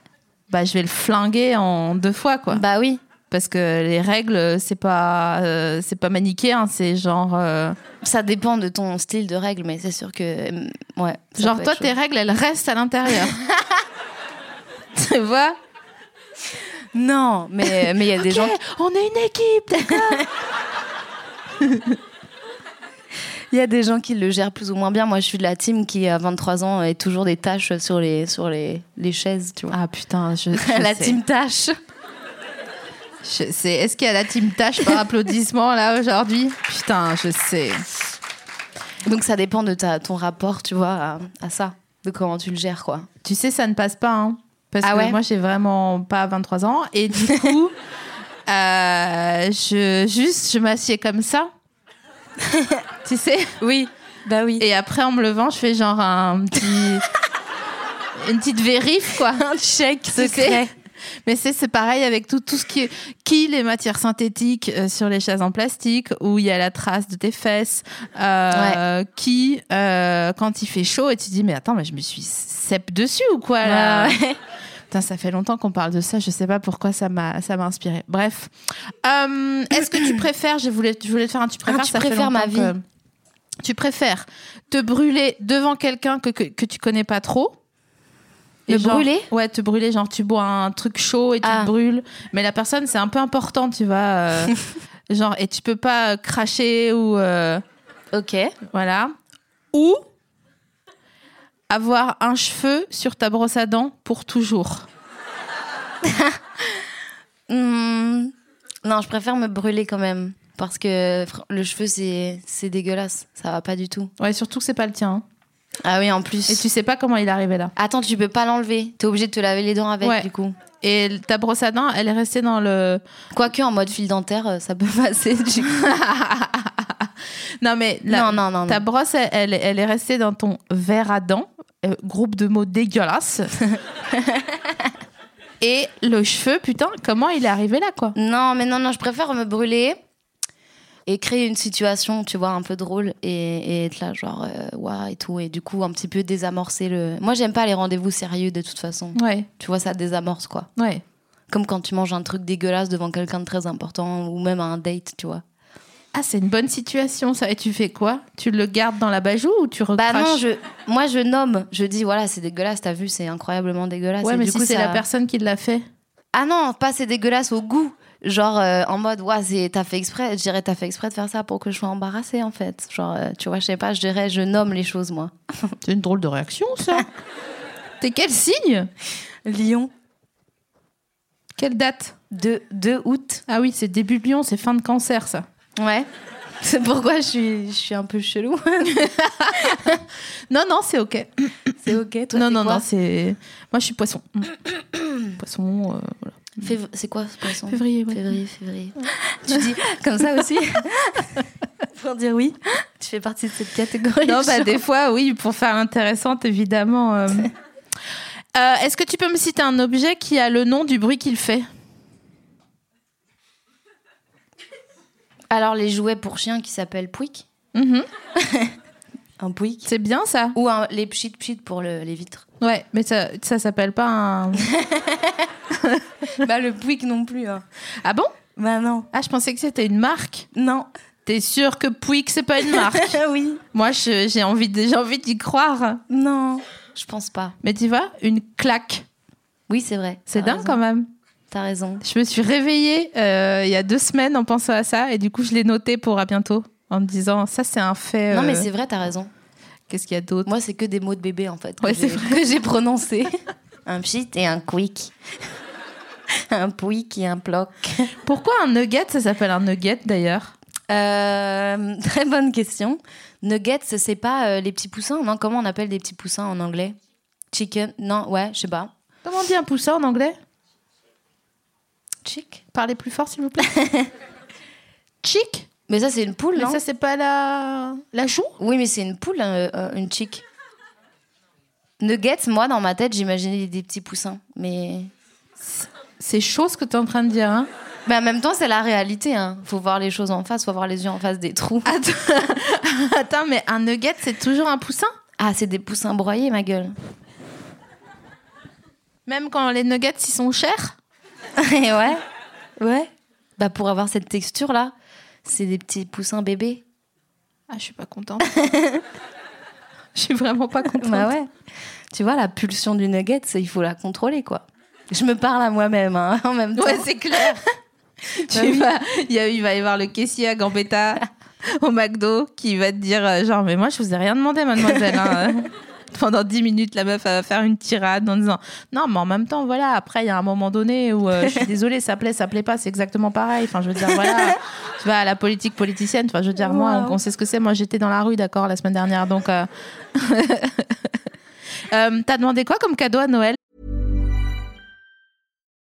Speaker 2: bah, je vais le flinguer en deux fois, quoi.
Speaker 3: Bah oui.
Speaker 2: Parce que les règles, c'est pas, euh, c'est pas maniqué, hein, c'est genre... euh,
Speaker 3: Ça dépend de ton style de règle, mais c'est sûr que hum, ouais. ça
Speaker 2: genre,
Speaker 3: peut
Speaker 2: toi,
Speaker 3: être
Speaker 2: tes
Speaker 3: chaud.
Speaker 2: règles, elles restent à l'intérieur. tu vois
Speaker 3: Non, mais mais il y a des gens.
Speaker 2: Ok, on est une équipe,
Speaker 3: Il y a des gens qui le gèrent plus ou moins bien. Moi, je suis de la team qui, à 23 ans, est toujours des taches sur les, sur les, les chaises, tu vois.
Speaker 2: Ah putain, je,
Speaker 3: la team tache.
Speaker 2: Je sais. Est-ce qu'il y a la team tâche par applaudissement là aujourd'hui Putain, je sais.
Speaker 3: Donc, ça dépend de ta, ton rapport, tu vois, à, à ça, de comment tu le gères, quoi.
Speaker 2: Tu sais, ça ne passe pas, hein Parce
Speaker 3: Ah
Speaker 2: que
Speaker 3: ouais
Speaker 2: moi, j'ai vraiment pas 23 ans. Et du coup, euh, je, juste, je m'assieds comme ça. tu sais
Speaker 3: Oui, bah oui.
Speaker 2: Et après, en me levant, je fais genre un petit. une petite vérif, quoi.
Speaker 3: un chèque
Speaker 2: Tu sais Mais c'est c'est pareil avec tout, tout ce qui est qui les matières synthétiques euh, sur les chaises en plastique où il y a la trace de tes fesses, euh, qui euh, quand il fait chaud et tu te dis mais attends mais je me suis cep dessus ou quoi Ah là Putain, ça fait longtemps qu'on parle de ça, je sais pas pourquoi ça m'a ça m'a inspiré. Bref, Euh, est-ce que tu préfères Je voulais je voulais te faire un tu préfères.
Speaker 3: Ah, tu
Speaker 2: ça fait
Speaker 3: préfères ma
Speaker 2: longtemps que-
Speaker 3: vie.
Speaker 2: Tu préfères te brûler devant quelqu'un que, que que tu connais pas trop
Speaker 3: Le
Speaker 2: et genre-
Speaker 3: brûler
Speaker 2: Ouais, te brûler, genre tu bois un truc chaud et tu
Speaker 3: Ah.
Speaker 2: te brûles. Mais la personne, c'est un peu important, tu vois. euh, genre, et tu peux pas euh, cracher ou. euh,
Speaker 3: Ok.
Speaker 2: voilà. Ou avoir un cheveu sur ta brosse à dents pour toujours.
Speaker 3: Hmm, non, je préfère me brûler quand même. Parce que fr- le cheveu, c'est c'est dégueulasse. Ça va pas du tout.
Speaker 2: Ouais, surtout que c'est pas le tien. hein.
Speaker 3: Ah oui, en plus.
Speaker 2: Et tu sais pas comment il est arrivé là.
Speaker 3: Attends, tu peux pas l'enlever. T'es obligé de te laver les dents avec,
Speaker 2: Ouais.
Speaker 3: du coup.
Speaker 2: Et ta brosse à dents, elle est restée dans le.
Speaker 3: Quoique, en mode fil dentaire, euh, ça peut passer. Du coup.
Speaker 2: Non, mais la-
Speaker 3: Non, non, non, non.
Speaker 2: ta brosse, elle, elle- elle est restée dans ton verre à dents, euh, groupe de mots dégueulasses. Et le cheveu, putain, comment il est arrivé là, quoi
Speaker 3: Non, mais non, non, je préfère me brûler et créer une situation, tu vois, un peu drôle et, et être là, genre, euh, ouah, et tout. Et du coup, un petit peu désamorcer le. Moi, j'aime pas les rendez-vous sérieux de toute façon.
Speaker 2: Ouais,
Speaker 3: Tu vois, ça désamorce, quoi.
Speaker 2: ouais.
Speaker 3: Comme quand tu manges un truc dégueulasse devant quelqu'un de très important ou même à un date, tu vois.
Speaker 2: Ah, c'est une bonne situation, ça. Et tu fais quoi Tu le gardes dans la bajou ou tu
Speaker 3: Bah
Speaker 2: recraches
Speaker 3: non, je, moi je nomme, je dis voilà, c'est dégueulasse, t'as vu, c'est incroyablement dégueulasse.
Speaker 2: Ouais,
Speaker 3: Et
Speaker 2: mais
Speaker 3: du
Speaker 2: si
Speaker 3: coup,
Speaker 2: c'est
Speaker 3: ça-
Speaker 2: la personne qui l'a fait.
Speaker 3: Ah non, pas c'est dégueulasse au goût. Genre euh, en mode, ouais, c'est- t'as fait exprès, je dirais t'as fait exprès de faire ça pour que je sois embarrassée en fait. Genre, euh, tu vois, je sais pas, je dirais, je nomme les choses moi.
Speaker 2: C'est une drôle de réaction, ça. T'es quel signe
Speaker 3: Lyon,
Speaker 2: Quelle date
Speaker 3: 2, 2 août.
Speaker 2: Ah oui, c'est début lion, c'est fin de cancer, ça.
Speaker 3: Ouais. C'est pourquoi je suis, je suis un peu chelou.
Speaker 2: Non, non, c'est OK.
Speaker 3: c'est ok, toi
Speaker 2: non,
Speaker 3: t'es
Speaker 2: non,
Speaker 3: quoi
Speaker 2: non, c'est... Moi, je suis poisson. poisson, euh, voilà.
Speaker 3: Fév- C'est quoi ce poisson
Speaker 2: Février, ouais.
Speaker 3: Février, février. tu dis comme ça aussi Pour dire oui, tu fais partie de cette catégorie.
Speaker 2: Non,
Speaker 3: de
Speaker 2: bah
Speaker 3: gens.
Speaker 2: des fois, oui, pour faire intéressante, évidemment. euh. Euh, Est-ce que tu peux me citer un objet qui a le nom du bruit qu'il fait
Speaker 3: Alors les jouets pour chiens qui s'appellent Pouic.
Speaker 2: Mhm.
Speaker 3: Un Pouic.
Speaker 2: C'est bien, ça
Speaker 3: Ou un- les pchit pchit pour le- les vitres.
Speaker 2: Ouais, mais ça, ça s'appelle pas un...
Speaker 3: bah le Pouic non plus.
Speaker 2: Ah bon
Speaker 3: Bah non.
Speaker 2: Ah, je pensais que c'était une marque.
Speaker 3: Non.
Speaker 2: T'es sûr que Pouic, c'est pas une marque
Speaker 3: Ah oui.
Speaker 2: Moi, je- j'ai envie de- j'ai envie d'y croire.
Speaker 3: Non. Je pense pas.
Speaker 2: Mais tu vois, une claque.
Speaker 3: Oui c'est vrai.
Speaker 2: C'est
Speaker 3: T'as
Speaker 2: dingue
Speaker 3: raison.
Speaker 2: quand même.
Speaker 3: T'as raison.
Speaker 2: Je me suis réveillée euh, il y a deux semaines en pensant à ça et du coup je l'ai noté pour à bientôt en me disant ça c'est un fait.
Speaker 3: Non mais
Speaker 2: euh,
Speaker 3: c'est vrai t'as raison.
Speaker 2: qu'est-ce qu'il y a d'autre
Speaker 3: Moi c'est que des mots de bébé en fait. que
Speaker 2: Ouais, c'est
Speaker 3: j'ai-
Speaker 2: vrai.
Speaker 3: que j'ai prononcé. un pchit et un quick. un pouic et un ploc.
Speaker 2: Pourquoi un nugget ça s'appelle un nugget d'ailleurs
Speaker 3: Euh, très bonne question. Nuggets, c'est pas euh, les petits poussins, non Comment on appelle des petits poussins en anglais Chicken Non, ouais, je sais pas.
Speaker 2: Comment on dit un poussin en anglais
Speaker 3: Chick
Speaker 2: Parlez plus fort s'il vous plaît. Chic
Speaker 3: Mais ça, c'est une poule,
Speaker 2: Mais
Speaker 3: non
Speaker 2: ça c'est pas la la joue
Speaker 3: Oui, mais c'est une poule, euh, euh, une chick. Nuggets, moi, dans ma tête, j'imaginais des petits poussins. Mais...
Speaker 2: C'est chaud ce que t'es en train de dire. Hein
Speaker 3: mais en même temps, c'est la réalité. Hein. Faut voir les choses en face, faut avoir les yeux en face des trous. Ah,
Speaker 2: Attends. Attends mais un nugget c'est toujours un poussin
Speaker 3: Ah, c'est des poussins broyés, ma gueule.
Speaker 2: Même quand les nuggets ils sont chers
Speaker 3: Et ouais, ouais. Bah, pour avoir cette texture-là, c'est des petits poussins bébés.
Speaker 2: Ah je suis pas contente. Je suis vraiment pas contente.
Speaker 3: Bah ouais. Tu vois, la pulsion du nugget, c'est- il faut la contrôler, quoi. Je me parle à moi-même, hein, en même temps.
Speaker 2: Ouais, c'est clair. tu
Speaker 3: Bah oui.
Speaker 2: vas, il, y a- il va y avoir le caissier à Gambetta au McDo qui va te dire euh, genre mais moi je vous ai rien demandé mademoiselle. hein. Pendant 10 minutes, la meuf elle va faire une tirade en disant non mais en même temps voilà après il y a un moment donné où euh, je suis désolée ça plaît ça plaît pas c'est exactement pareil. Enfin je veux dire voilà tu vas à la politique politicienne. Enfin je veux dire moi
Speaker 3: Wow.
Speaker 2: on, on sait ce que c'est. Moi j'étais dans la rue d'accord la semaine dernière donc. euh, euh, T'as demandé quoi comme cadeau à Noël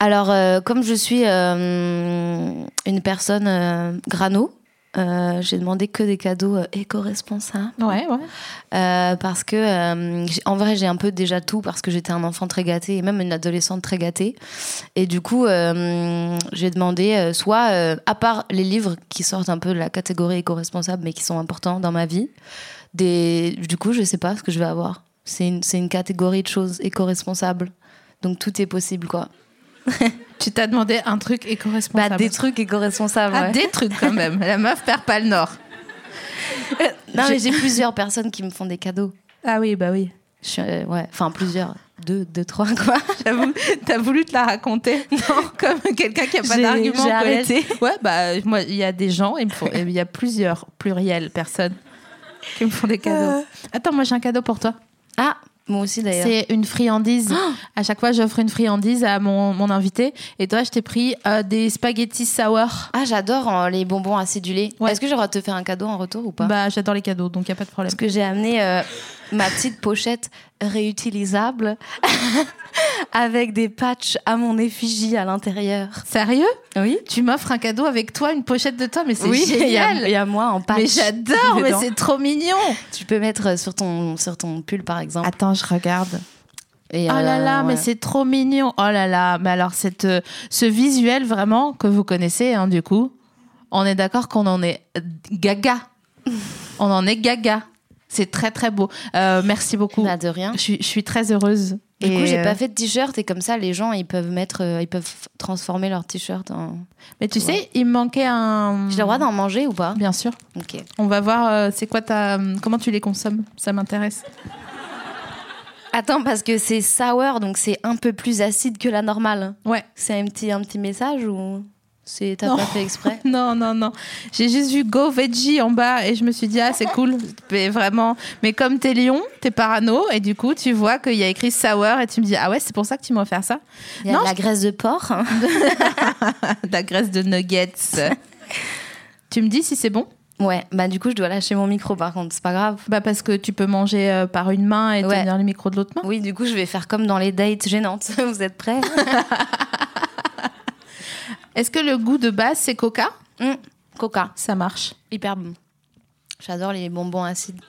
Speaker 3: Alors, euh, comme je suis euh, une personne euh, grano, euh, j'ai demandé que des cadeaux euh, éco-responsables.
Speaker 2: Ouais, ouais.
Speaker 3: Euh, parce que, euh, j'ai- en vrai, j'ai un peu déjà tout parce que j'étais un enfant très gâté et même une adolescente très gâtée. Et du coup, euh, j'ai demandé, euh, soit, euh, à part les livres qui sortent un peu de la catégorie éco-responsable mais qui sont importants dans ma vie, des... du coup, je sais pas ce que je vais avoir. C'est une, c'est une catégorie de choses éco-responsables. Donc tout est possible, quoi.
Speaker 2: Tu t'as demandé un truc éco-responsable.
Speaker 3: Bah, des trucs éco-responsables.
Speaker 2: Ah,
Speaker 3: ouais.
Speaker 2: des trucs quand même. La meuf perd pas le nord.
Speaker 3: Non, mais j'ai plusieurs personnes qui me font des cadeaux.
Speaker 2: Ah oui, bah oui.
Speaker 3: Je suis, euh, ouais, enfin plusieurs, deux, deux, trois, quoi.
Speaker 2: J'avoue, t'as voulu te la raconter comme quelqu'un qui a pas
Speaker 3: J'ai-
Speaker 2: d'argument.
Speaker 3: j'ai
Speaker 2: au collège.
Speaker 3: arrêté.
Speaker 2: Ouais, bah moi, il y a des gens, ils me font- il y a plusieurs pluriels personnes qui me font des cadeaux. Euh. Attends, moi j'ai un cadeau pour toi.
Speaker 3: Ah, moi aussi d'ailleurs.
Speaker 2: C'est une friandise. à chaque fois, j'offre une friandise à mon, mon invité. Et toi, je t'ai pris euh, des spaghettis sour.
Speaker 3: Ah, j'adore euh, les bonbons acidulés.
Speaker 2: Ouais.
Speaker 3: Est-ce que j'aurai à te faire un cadeau en retour ou pas
Speaker 2: Bah, j'adore les cadeaux, donc il y a pas de problème.
Speaker 3: Parce que j'ai amené euh, ma petite pochette réutilisable avec des patchs à mon effigie à l'intérieur.
Speaker 2: Sérieux
Speaker 3: Oui
Speaker 2: Tu m'offres un cadeau avec toi, une pochette de toi, mais c'est
Speaker 3: Oui, il y, a-
Speaker 2: génial.
Speaker 3: il y a moi en patch.
Speaker 2: mais j'adore, mais
Speaker 3: dedans.
Speaker 2: c'est trop mignon.
Speaker 3: Tu peux mettre sur ton, sur ton pull par exemple.
Speaker 2: Attends, je regarde.
Speaker 3: Et,
Speaker 2: Oh là
Speaker 3: euh,
Speaker 2: là, mais
Speaker 3: ouais.
Speaker 2: c'est trop mignon. Oh là là, mais alors cette, euh, ce visuel vraiment que vous connaissez, hein, du coup, on est d'accord qu'on en est euh, gaga. on en est gaga. C'est très très beau. Euh, merci beaucoup.
Speaker 3: Bah, de rien.
Speaker 2: Je, suis- je suis très heureuse.
Speaker 3: Du coup,
Speaker 2: Et,
Speaker 3: j'ai
Speaker 2: euh,
Speaker 3: pas fait de t-shirt et comme ça, les gens ils peuvent mettre, euh, ils peuvent transformer leur t-shirt en.
Speaker 2: Mais tu sais, il me manquait un.
Speaker 3: J'ai le
Speaker 2: Mm.
Speaker 3: droit d'en manger ou pas
Speaker 2: Bien sûr.
Speaker 3: Ok.
Speaker 2: On va voir. euh, c'est quoi ta Comment tu les consommes Ça m'intéresse.
Speaker 3: Attends, parce que c'est sour, donc c'est un peu plus acide que la normale.
Speaker 2: Ouais.
Speaker 3: C'est un petit, un petit message ou c'est t'as
Speaker 2: Non.
Speaker 3: pas fait exprès
Speaker 2: Non, non, non. J'ai juste vu Go Veggie en bas et je me suis dit, ah, c'est cool. Mais vraiment. Mais comme t'es lion, t'es parano et du coup, tu vois qu'il y a écrit sour et tu me dis, ah ouais, c'est pour ça que tu m'as offert ça
Speaker 3: Il y a
Speaker 2: Non,
Speaker 3: de la graisse de porc. hein.
Speaker 2: De La graisse de nuggets. tu me dis si c'est bon
Speaker 3: Ouais, bah du coup, je dois lâcher mon micro par contre, c'est pas grave.
Speaker 2: Bah, parce que tu peux manger euh, par une main et
Speaker 3: Ouais.
Speaker 2: tenir le micro de l'autre main.
Speaker 3: Oui, du coup, je vais faire comme dans les dates gênantes. Vous êtes prêts
Speaker 2: Est-ce que le goût de base, c'est coca
Speaker 3: Hum, Coca,
Speaker 2: Ça marche.
Speaker 3: hyper bon. J'adore les bonbons acides.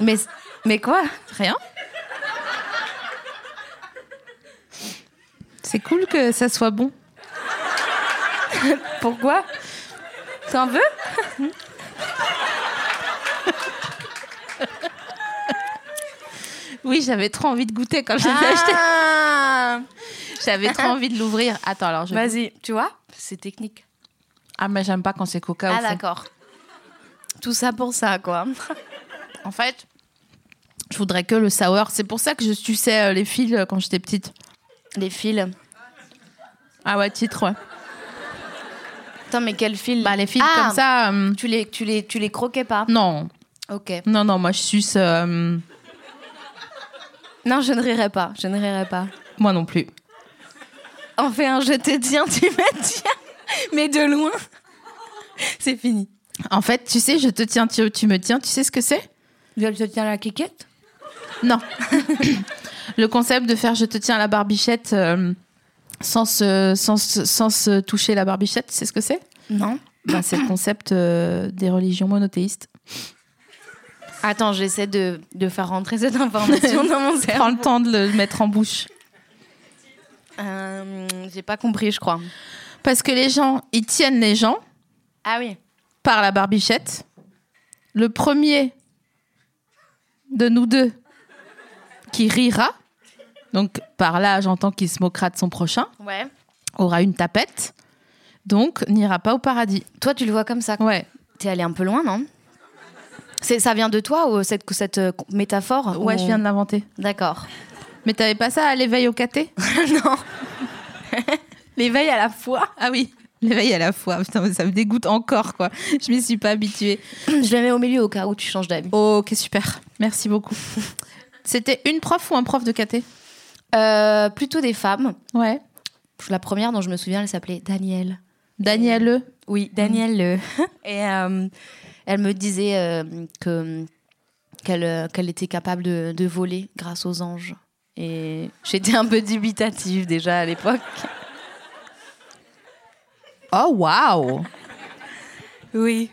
Speaker 3: Mais, mais quoi
Speaker 2: Rien C'est cool que ça soit bon.
Speaker 3: Pourquoi T'en veux
Speaker 2: Oui, j'avais trop envie de goûter quand je l'ai acheté.
Speaker 3: Ah
Speaker 2: J'avais trop envis de l'ouvrir. Attends, alors je.
Speaker 3: Vas-y, tu vois C'est technique.
Speaker 2: Ah, mais j'aime pas quand c'est coca au
Speaker 3: Ah
Speaker 2: fond.
Speaker 3: d'accord. Tout ça pour ça, quoi.
Speaker 2: En fait, je voudrais que le sour. C'est pour ça que je suçais euh, les fils euh, quand j'étais petite.
Speaker 3: Les fils.
Speaker 2: Ah ouais, titre, ouais.
Speaker 3: Attends, mais quel fil
Speaker 2: Bah, les fils
Speaker 3: Ah,
Speaker 2: comme ça. euh,
Speaker 3: Tu les, tu, les, tu les croquais pas
Speaker 2: non,
Speaker 3: Ok.
Speaker 2: non, non, moi je suce. euh,
Speaker 3: Non, je ne rirai pas. Je ne rirai pas.
Speaker 2: moi non plus.
Speaker 3: On fait un je te tiens, tu me tiens. Mais de loin. C'est fini.
Speaker 2: En fait, tu sais, je te tiens, tu, tu me tiens, tu sais ce que c'est
Speaker 3: Je te tiens la cliquette
Speaker 2: Non. le concept de faire je te tiens la barbichette euh, sans, se, sans, se- sans se toucher la barbichette, tu sais ce que c'est
Speaker 3: Non.
Speaker 2: Bah, C'est le concept euh, des religions monothéistes.
Speaker 3: Attends, j'essaie de, de faire rentrer cette information dans mon
Speaker 2: Prends le
Speaker 3: cerveau.
Speaker 2: temps de le mettre en bouche.
Speaker 3: Euh, J'ai pas compris, je crois.
Speaker 2: Parce que les gens, ils tiennent les gens
Speaker 3: Ah oui.
Speaker 2: par la barbichette. Le premier de nous deux qui rira, donc par là j'entends qu'il se moquera de son prochain,
Speaker 3: Ouais.
Speaker 2: aura une tapette, donc n'ira pas au paradis.
Speaker 3: Toi, tu le vois comme ça.
Speaker 2: Ouais,
Speaker 3: T'es allé un peu loin, non C'est- Ça vient de toi, ou cette, cette euh, métaphore
Speaker 2: ouais,
Speaker 3: ou-
Speaker 2: je viens de l'inventer.
Speaker 3: D'accord.
Speaker 2: Mais t'avais pas ça à l'éveil au caté
Speaker 3: non. L'éveil à la foi.
Speaker 2: Ah oui, l'éveil à la fois. Putain, mais ça me dégoûte encore quoi. Je m'y suis pas habituée.
Speaker 3: Je le mets au milieu au cas où tu changes d'avis.
Speaker 2: Ok, super. Merci beaucoup. C'était une prof ou un prof de caté
Speaker 3: Euh, plutôt des femmes.
Speaker 2: Ouais.
Speaker 3: La première dont je me souviens, elle s'appelait Danielle.
Speaker 2: Daniel E.
Speaker 3: Oui, Danielle. Le. Et euh, elle me disait euh, que qu'elle euh, qu'elle était capable de, de voler grâce aux anges. Et j'étais un peu dubitative déjà à l'époque.
Speaker 2: Oh waouh
Speaker 3: Oui.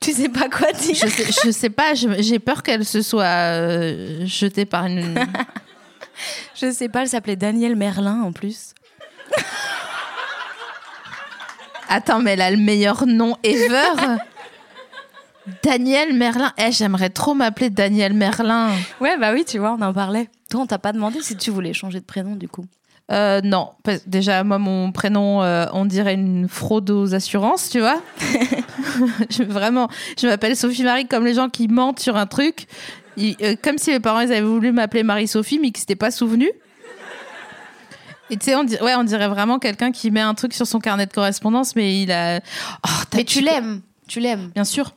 Speaker 3: Tu sais pas quoi dire.
Speaker 2: je sais, je sais pas, je- j'ai peur qu'elle se soit euh, jetée par une.
Speaker 3: Je sais pas, elle s'appelait Danielle Merlin en plus.
Speaker 2: Attends, mais elle a le meilleur nom ever. Daniel Merlin. Eh, j'aimerais trop m'appeler Daniel Merlin.
Speaker 3: Ouais, bah oui, tu vois, on en parlait. Toi, on t'a pas demandé si tu voulais changer de prénom, du coup.
Speaker 2: Euh, non, parce- déjà, moi, mon prénom, euh, on dirait une fraude aux assurances, tu vois. Je- vraiment, je m'appelle Sophie-Marie comme les gens qui mentent sur un truc. Ils- euh, comme si mes parents ils avaient voulu m'appeler Marie-Sophie, mais qu'ils s'étaient pas souvenus. Et tu sais, on, di- ouais, on dirait vraiment quelqu'un qui met un truc sur son carnet de correspondance, mais il a. Oh, t'as-
Speaker 3: Mais tu l'aimes, Ah. tu l'aimes.
Speaker 2: Bien sûr,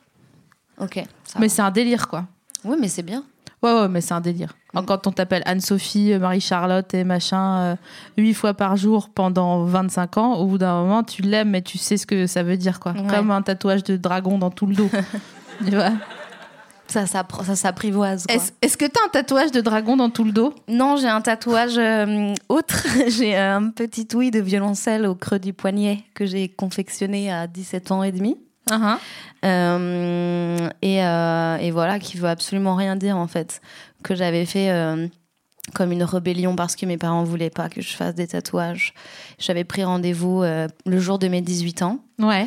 Speaker 3: Ok. ça
Speaker 2: mais
Speaker 3: va.
Speaker 2: c'est un délire, quoi.
Speaker 3: Oui, mais c'est bien.
Speaker 2: Ouais, ouais, mais c'est un délire. Hein, Quand on t'appelle Anne-Sophie, euh, Marie-Charlotte et machin, euh, huit fois par jour pendant 25 ans, au bout d'un moment, tu l'aimes, mais tu sais ce que ça veut dire, quoi.
Speaker 3: Ouais.
Speaker 2: Comme un tatouage de dragon dans tout le dos. tu vois
Speaker 3: Ça, ça, pr- ça s'apprivoise. quoi.
Speaker 2: Est-ce est-ce que t'as un tatouage de dragon dans tout le dos
Speaker 3: Non, j'ai un tatouage euh, autre. j'ai un petit ouïe de violoncelle au creux du poignet que j'ai confectionné à 17 ans et demi. Euh, et, euh, et voilà, qui veut absolument rien dire en fait. Que j'avais fait euh, comme une rébellion parce que mes parents voulaient pas que je fasse des tatouages. J'avais pris rendez-vous euh, le jour de mes 18 ans.
Speaker 2: Ouais.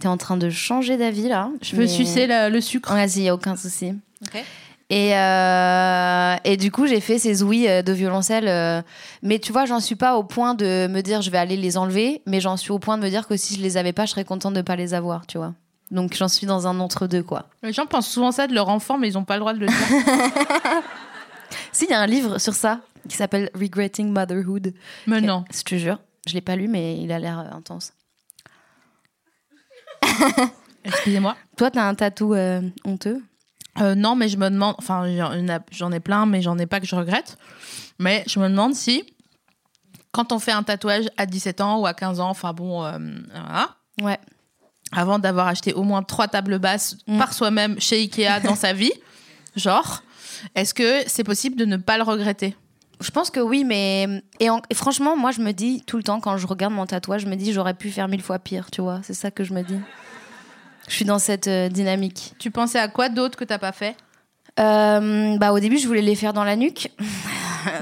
Speaker 3: T'es en train de changer d'avis là.
Speaker 2: Je peux
Speaker 3: mais-
Speaker 2: sucer la- le sucre.
Speaker 3: Vas-y, y a aucun souci. Et, euh, et du coup, j'ai fait ces ouïes euh, de violoncelle. euh, mais tu vois, j'en suis pas au point de me dire je vais aller les enlever, mais j'en suis au point de me dire que si je les avais pas, je serais contente de pas les avoir, tu vois. Donc j'en suis dans un entre-deux, quoi.
Speaker 2: Les gens pensent souvent ça de leur enfant, mais ils ont pas le droit de le dire.
Speaker 3: Si, il y a un livre sur ça qui s'appelle Regretting Motherhood.
Speaker 2: mais Euh, non.
Speaker 3: Je te jure, je l'ai pas lu, mais il a l'air euh, intense.
Speaker 2: Excusez-moi.
Speaker 3: Toi, t'as un tatou euh, honteux
Speaker 2: Euh, non, mais je me demande. Enfin, j'en- il y en a- j'en ai plein, mais j'en ai pas que je regrette. Mais je me demande si, quand on fait un tatouage à 17 ans ou à 15 ans, enfin bon, euh, voilà,
Speaker 3: Ouais.
Speaker 2: avant d'avoir acheté au moins trois tables basses
Speaker 3: Mm.
Speaker 2: par soi-même chez Ikea dans sa vie, genre, est-ce que c'est possible de ne pas le regretter
Speaker 3: Je pense que oui, mais et, en- et franchement, moi, je me dis tout le temps quand je regarde mon tatouage, je me dis j'aurais pu faire mille fois pire, tu vois. C'est ça que je me dis. Je suis dans cette euh, dynamique.
Speaker 2: Tu pensais à quoi d'autre que t'as pas fait
Speaker 3: Euh, bah, au début, je voulais les faire dans la nuque.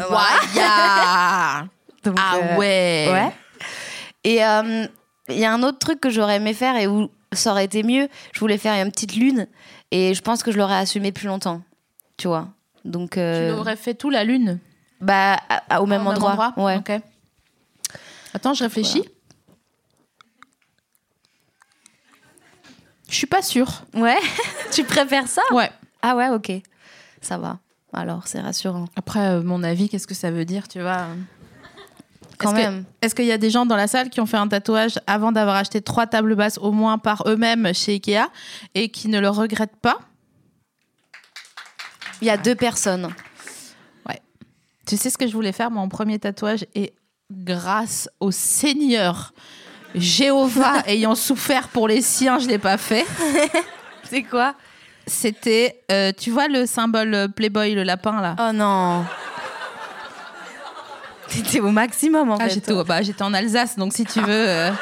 Speaker 2: Waya
Speaker 3: Donc,
Speaker 2: Ah
Speaker 3: euh,
Speaker 2: ouais
Speaker 3: Ouais. Et euh, il y a un autre truc que j'aurais aimé faire et où ça aurait été mieux. Je voulais faire une petite lune et je pense que je l'aurais assumé plus longtemps, tu vois. Donc, euh,
Speaker 2: Tu l'aurais fait tout la lune
Speaker 3: bah, à- à- au même
Speaker 2: Au
Speaker 3: endroit. Ouais.
Speaker 2: Ok. Attends, je réfléchis. Je suis pas sûre.
Speaker 3: Ouais. tu préfères ça
Speaker 2: Ouais.
Speaker 3: Ah ouais, ok. Ça va. Alors, c'est rassurant.
Speaker 2: Après, euh, mon avis, qu'est-ce que ça veut dire, tu vois euh,
Speaker 3: Quand
Speaker 2: est-ce que-
Speaker 3: même.
Speaker 2: Est-ce qu'il y a des gens dans la salle qui ont fait un tatouage avant d'avoir acheté trois tables basses au moins par eux-mêmes chez Ikea et qui ne le regrettent pas
Speaker 3: Il y a deux personnes.
Speaker 2: Tu sais ce que je voulais faire, mon premier tatouage Et grâce au Seigneur Jéhovah ayant souffert pour les siens, je l'ai pas fait.
Speaker 3: C'est quoi
Speaker 2: C'était, euh, tu vois le symbole euh, Playboy, le lapin là
Speaker 3: Oh non. T'étais au maximum en
Speaker 2: Ah,
Speaker 3: fait.
Speaker 2: j'étais, bah, j'étais en Alsace, donc si tu veux, euh,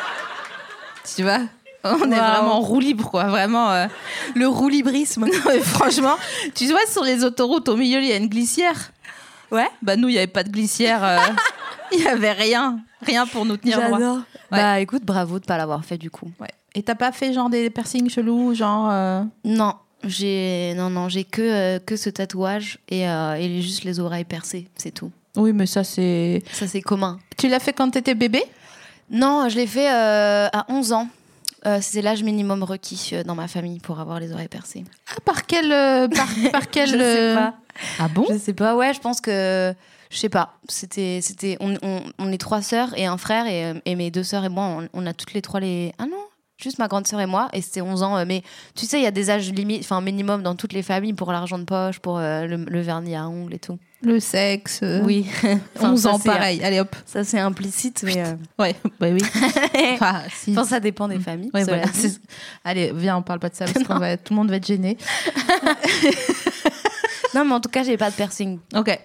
Speaker 2: tu vois, on est
Speaker 3: Waouh.
Speaker 2: vraiment en roue libre, quoi. Vraiment, euh, le roue librisme. franchement, tu vois, sur les autoroutes, au milieu, il y a une glissière.
Speaker 3: Ouais.
Speaker 2: Bah, nous, il n'y avait pas de glissière. euh, Il y avait rien. Rien pour nous tenir droit.
Speaker 3: J'adore. Bah écoute, bravo de pas l'avoir fait du coup.
Speaker 2: Ouais. Et t'as pas fait genre des piercings chelous, genre. euh,
Speaker 3: Non, j'ai non non, j'ai que euh, que ce tatouage et, euh, et les- juste les oreilles percées, c'est tout.
Speaker 2: Oui, mais ça, c'est.
Speaker 3: Ça c'est commun.
Speaker 2: Tu l'as fait quand t'étais bébé
Speaker 3: Non, je l'ai fait euh, à 11 ans. Euh, C'était l'âge minimum requis euh, dans ma famille pour avoir les oreilles percées.
Speaker 2: Ah, par quel. euh, par, par quel.
Speaker 3: Je sais
Speaker 2: euh,
Speaker 3: pas.
Speaker 2: Ah bon
Speaker 3: Je sais pas, ouais, je pense que. Je sais pas. C'était, c'était, on, on, on est trois sœurs et un frère, et, euh, et mes deux sœurs et moi, on, on a toutes les trois les. Ah non Juste ma grande sœur et moi, et c'était 11 ans. euh, Mais tu sais, il y a des âges limites, enfin minimum dans toutes les familles pour l'argent de poche, pour euh, le, le vernis à ongles et tout.
Speaker 2: Le sexe. euh,
Speaker 3: Oui. Enfin,
Speaker 2: 11
Speaker 3: ça,
Speaker 2: ans,
Speaker 3: c'est-
Speaker 2: pareil. Allez, hop.
Speaker 3: Ça, c'est implicite, mais. euh,
Speaker 2: euh, Ouais, bah oui. Enfin, si.
Speaker 3: Je pense que ça dépend des familles.
Speaker 2: Mm. Ouais,
Speaker 3: cela
Speaker 2: voilà,
Speaker 3: dit.
Speaker 2: c'est- Allez, viens, on parle pas de ça parce qu'on va, tout le monde va être gêné.
Speaker 3: Non, mais en tout cas, j'ai pas de piercing.
Speaker 2: Ok.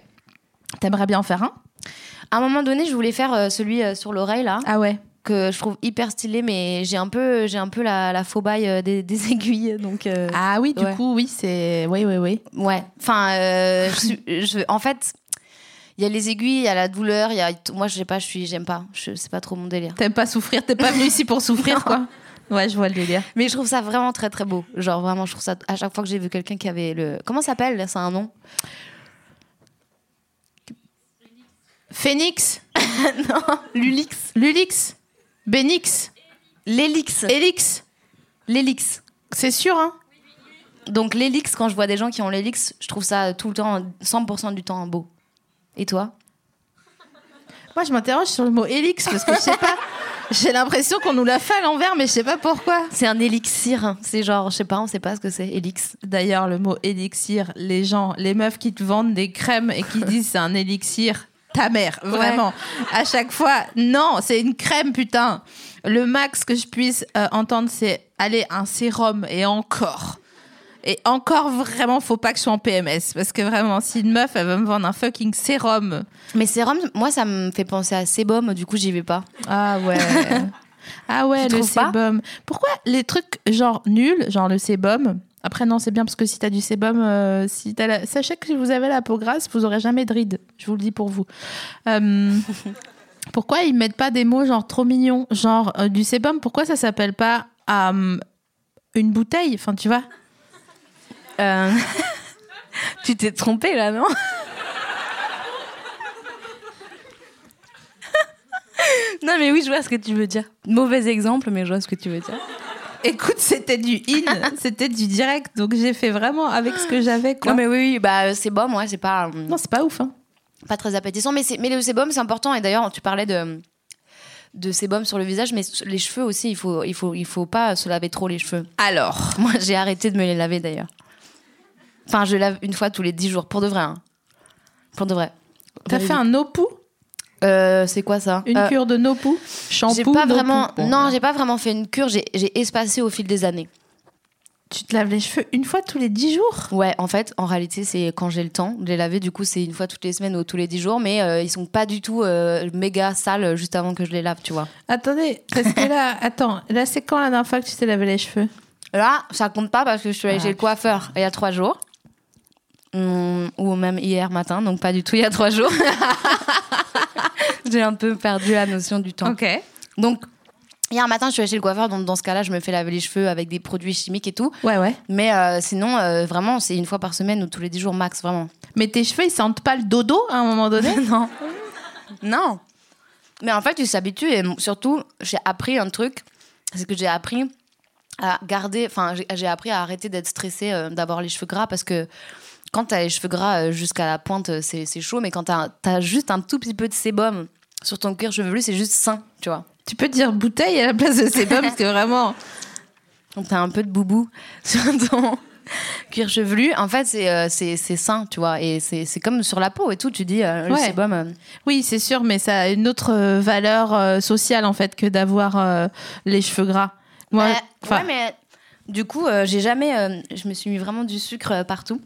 Speaker 2: T'aimerais bien en faire un
Speaker 3: À un moment donné, je voulais faire euh, celui euh, sur l'oreille, là.
Speaker 2: Ah ouais.
Speaker 3: que je trouve hyper stylé, mais j'ai un peu, j'ai un peu la, la faux-baille euh, des, des aiguilles, donc euh,
Speaker 2: Ah oui, du
Speaker 3: Ouais.
Speaker 2: coup, oui, c'est. Oui, oui, oui.
Speaker 3: ouais. Enfin, euh, je suis- je- en fait, il y a les aiguilles, il y a la douleur, il y a, moi je sais pas, je suis, j'aime pas, je c'est pas trop mon délire.
Speaker 2: T'aimes pas souffrir, t'es pas venu ici pour souffrir, quoi. Ouais, je vois le délire.
Speaker 3: Mais je trouve ça vraiment très très beau. Genre vraiment, je trouve ça à chaque fois que j'ai vu quelqu'un qui avait le comment ça s'appelle là, c'est un nom.
Speaker 2: Phoenix,
Speaker 3: non, l'ulix,
Speaker 2: Lulix, Bénix,
Speaker 3: l'élix,
Speaker 2: Elix.
Speaker 3: l'élix.
Speaker 2: C'est sûr, hein
Speaker 3: Donc l'élix, quand je vois des gens qui ont l'élix, je trouve ça tout le temps, 100% du temps beau. Et toi
Speaker 2: Moi, je m'interroge sur le mot Elix parce que je sais pas. J'ai l'impression qu'on nous l'a fait à l'envers, mais je sais pas pourquoi.
Speaker 3: C'est un élixir. C'est genre, je sais pas, on sait pas ce que c'est, élix.
Speaker 2: D'ailleurs, le mot élixir, les gens, les meufs qui te vendent des crèmes et qui disent c'est un élixir, ta mère, vraiment. À chaque fois, non, c'est une crème, putain. Le max que je puisse euh, entendre, c'est aller un sérum et encore. Et encore, vraiment, faut pas que je sois en PMS. Parce que vraiment, si une meuf, elle veut me vendre un fucking sérum.
Speaker 3: Mais sérum, moi ça me fait penser à sébum, du coup j'y vais pas.
Speaker 2: Ah ouais. ah ouais,
Speaker 3: Tu
Speaker 2: le
Speaker 3: trouves pas
Speaker 2: sébum. Pourquoi les trucs genre nuls, genre le sébum Après, non, c'est bien parce que si t'as du sébum, euh, si t'as la- sachez que si vous avez la peau grasse, vous aurez jamais de rides. Je vous le dis pour vous. Euh, pourquoi ils mettent pas des mots genre trop mignons Genre euh, du sébum, pourquoi ça s'appelle pas euh, une bouteille Enfin, tu vois
Speaker 3: Euh, tu t'es trompé là, non Non, mais oui, je vois ce que tu veux dire. Mauvais exemple, mais je vois ce que tu veux dire.
Speaker 2: Écoute, c'était du in, c'était du direct, donc j'ai fait vraiment avec ce que j'avais. Quoi.
Speaker 3: Non, mais oui, oui, bah, euh, sébum, ouais, c'est pas, euh,
Speaker 2: Non, c'est pas ouf. Hein.
Speaker 3: pas très appétissant. Mais, c'est- mais le sébum, c'est important. Et d'ailleurs, tu parlais de, de sébum sur le visage, mais sur les cheveux aussi, il faut, il, faut, il faut pas se laver trop les cheveux.
Speaker 2: Alors,
Speaker 3: Moi, j'ai arrêté de me les laver d'ailleurs. Enfin, je lave une fois tous les 10 jours, pour de vrai. hein. Pour de vrai. Bah,
Speaker 2: t'as fait un opou
Speaker 3: Euh, c'est quoi ça
Speaker 2: Une
Speaker 3: Euh,
Speaker 2: cure de nopou
Speaker 3: J'ai
Speaker 2: Shampoo
Speaker 3: pas
Speaker 2: no
Speaker 3: vraiment.
Speaker 2: pou. Bon, bah.
Speaker 3: non,
Speaker 2: ouais.
Speaker 3: j'ai pas vraiment fait une cure. J'ai j'ai espacé au fil des années.
Speaker 2: Tu te laves les cheveux une fois tous les 10 jours
Speaker 3: Ouais, en fait, en réalité, c'est quand j'ai le temps de les laver. Du coup, c'est une fois toutes les semaines ou tous les 10 jours, mais euh, ils sont pas du tout euh, méga sales juste avant que je les lave, tu vois.
Speaker 2: Attendez, parce que là, attends, là c'est quand la dernière fois que tu t'es lavé les cheveux
Speaker 3: Là, ça compte pas parce que je suis allée
Speaker 2: Ah,
Speaker 3: chez le coiffeur il y a trois jours. Hum, ou même hier matin, donc pas du tout il y a trois jours. j'ai un peu perdu la notion du temps. Donc, hier matin, je suis allée chez le coiffeur, donc dans ce cas-là, je me fais laver les cheveux avec des produits chimiques et tout.
Speaker 2: Ouais, ouais.
Speaker 3: Mais euh, sinon, euh, vraiment, c'est une fois par semaine ou tous les 10 jours max, vraiment.
Speaker 2: Mais tes cheveux, ils sentent pas le dodo à un moment donné
Speaker 3: non. Non. Mais en fait, tu s'habitues et surtout, j'ai appris un truc. C'est que j'ai appris à garder, enfin, j'ai- j'ai appris à arrêter d'être stressée euh, d'avoir les cheveux gras parce que quand t'as les cheveux gras euh, jusqu'à la pointe, euh, c'est c'est chaud, mais quand t'as as juste un tout petit peu de sébum sur ton cuir chevelu, c'est juste sain, tu vois.
Speaker 2: Tu peux dire bouteille à la place de sébum parce que vraiment.
Speaker 3: Donc t'as un peu de boubou sur ton cuir chevelu. En fait, c'est euh, c'est c'est sain, tu vois. Et c'est c'est comme sur la peau et tout. Tu dis, euh, le
Speaker 2: Ouais.
Speaker 3: sébum. euh,
Speaker 2: Oui, c'est sûr, mais ça a une autre euh, valeur euh, sociale en fait que d'avoir euh, les cheveux gras. Moi,
Speaker 3: euh,
Speaker 2: enfin,
Speaker 3: ouais, mais du coup, euh, j'ai jamais. euh, je me suis mis vraiment du sucre euh, partout.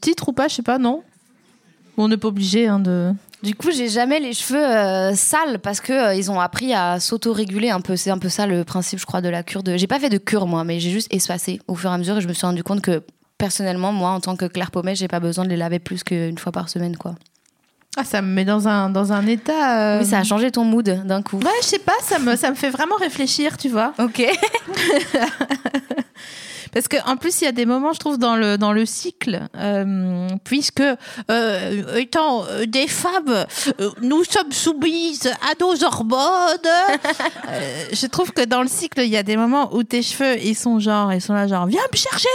Speaker 2: titre ou pas, je sais pas, non On n'est pas obligé hein, de.
Speaker 3: Du coup, j'ai jamais les cheveux euh, sales parce que euh, ils ont appris à s'auto-réguler un peu. C'est un peu ça le principe, je crois, de la cure. De... J'ai pas fait de cure moi, mais j'ai juste espacé au fur et à mesure et je me suis rendu compte que personnellement, moi, en tant que Claire Pommet, j'ai pas besoin de les laver plus qu'une fois par semaine, quoi.
Speaker 2: Ah, ça me met dans un, dans un état. euh,
Speaker 3: Mais ça a changé ton mood d'un coup.
Speaker 2: Ouais, je sais pas, ça me, ça me fait vraiment réfléchir, tu vois.
Speaker 3: Ok.
Speaker 2: Parce que en plus, il y a des moments, je trouve, dans le, dans le cycle, euh, puisque euh, étant euh, des femmes, euh, nous sommes soumises à nos hormones. Euh, je trouve que dans le cycle, il y a des moments où tes cheveux, ils sont genre, ils sont là genre, viens me chercher,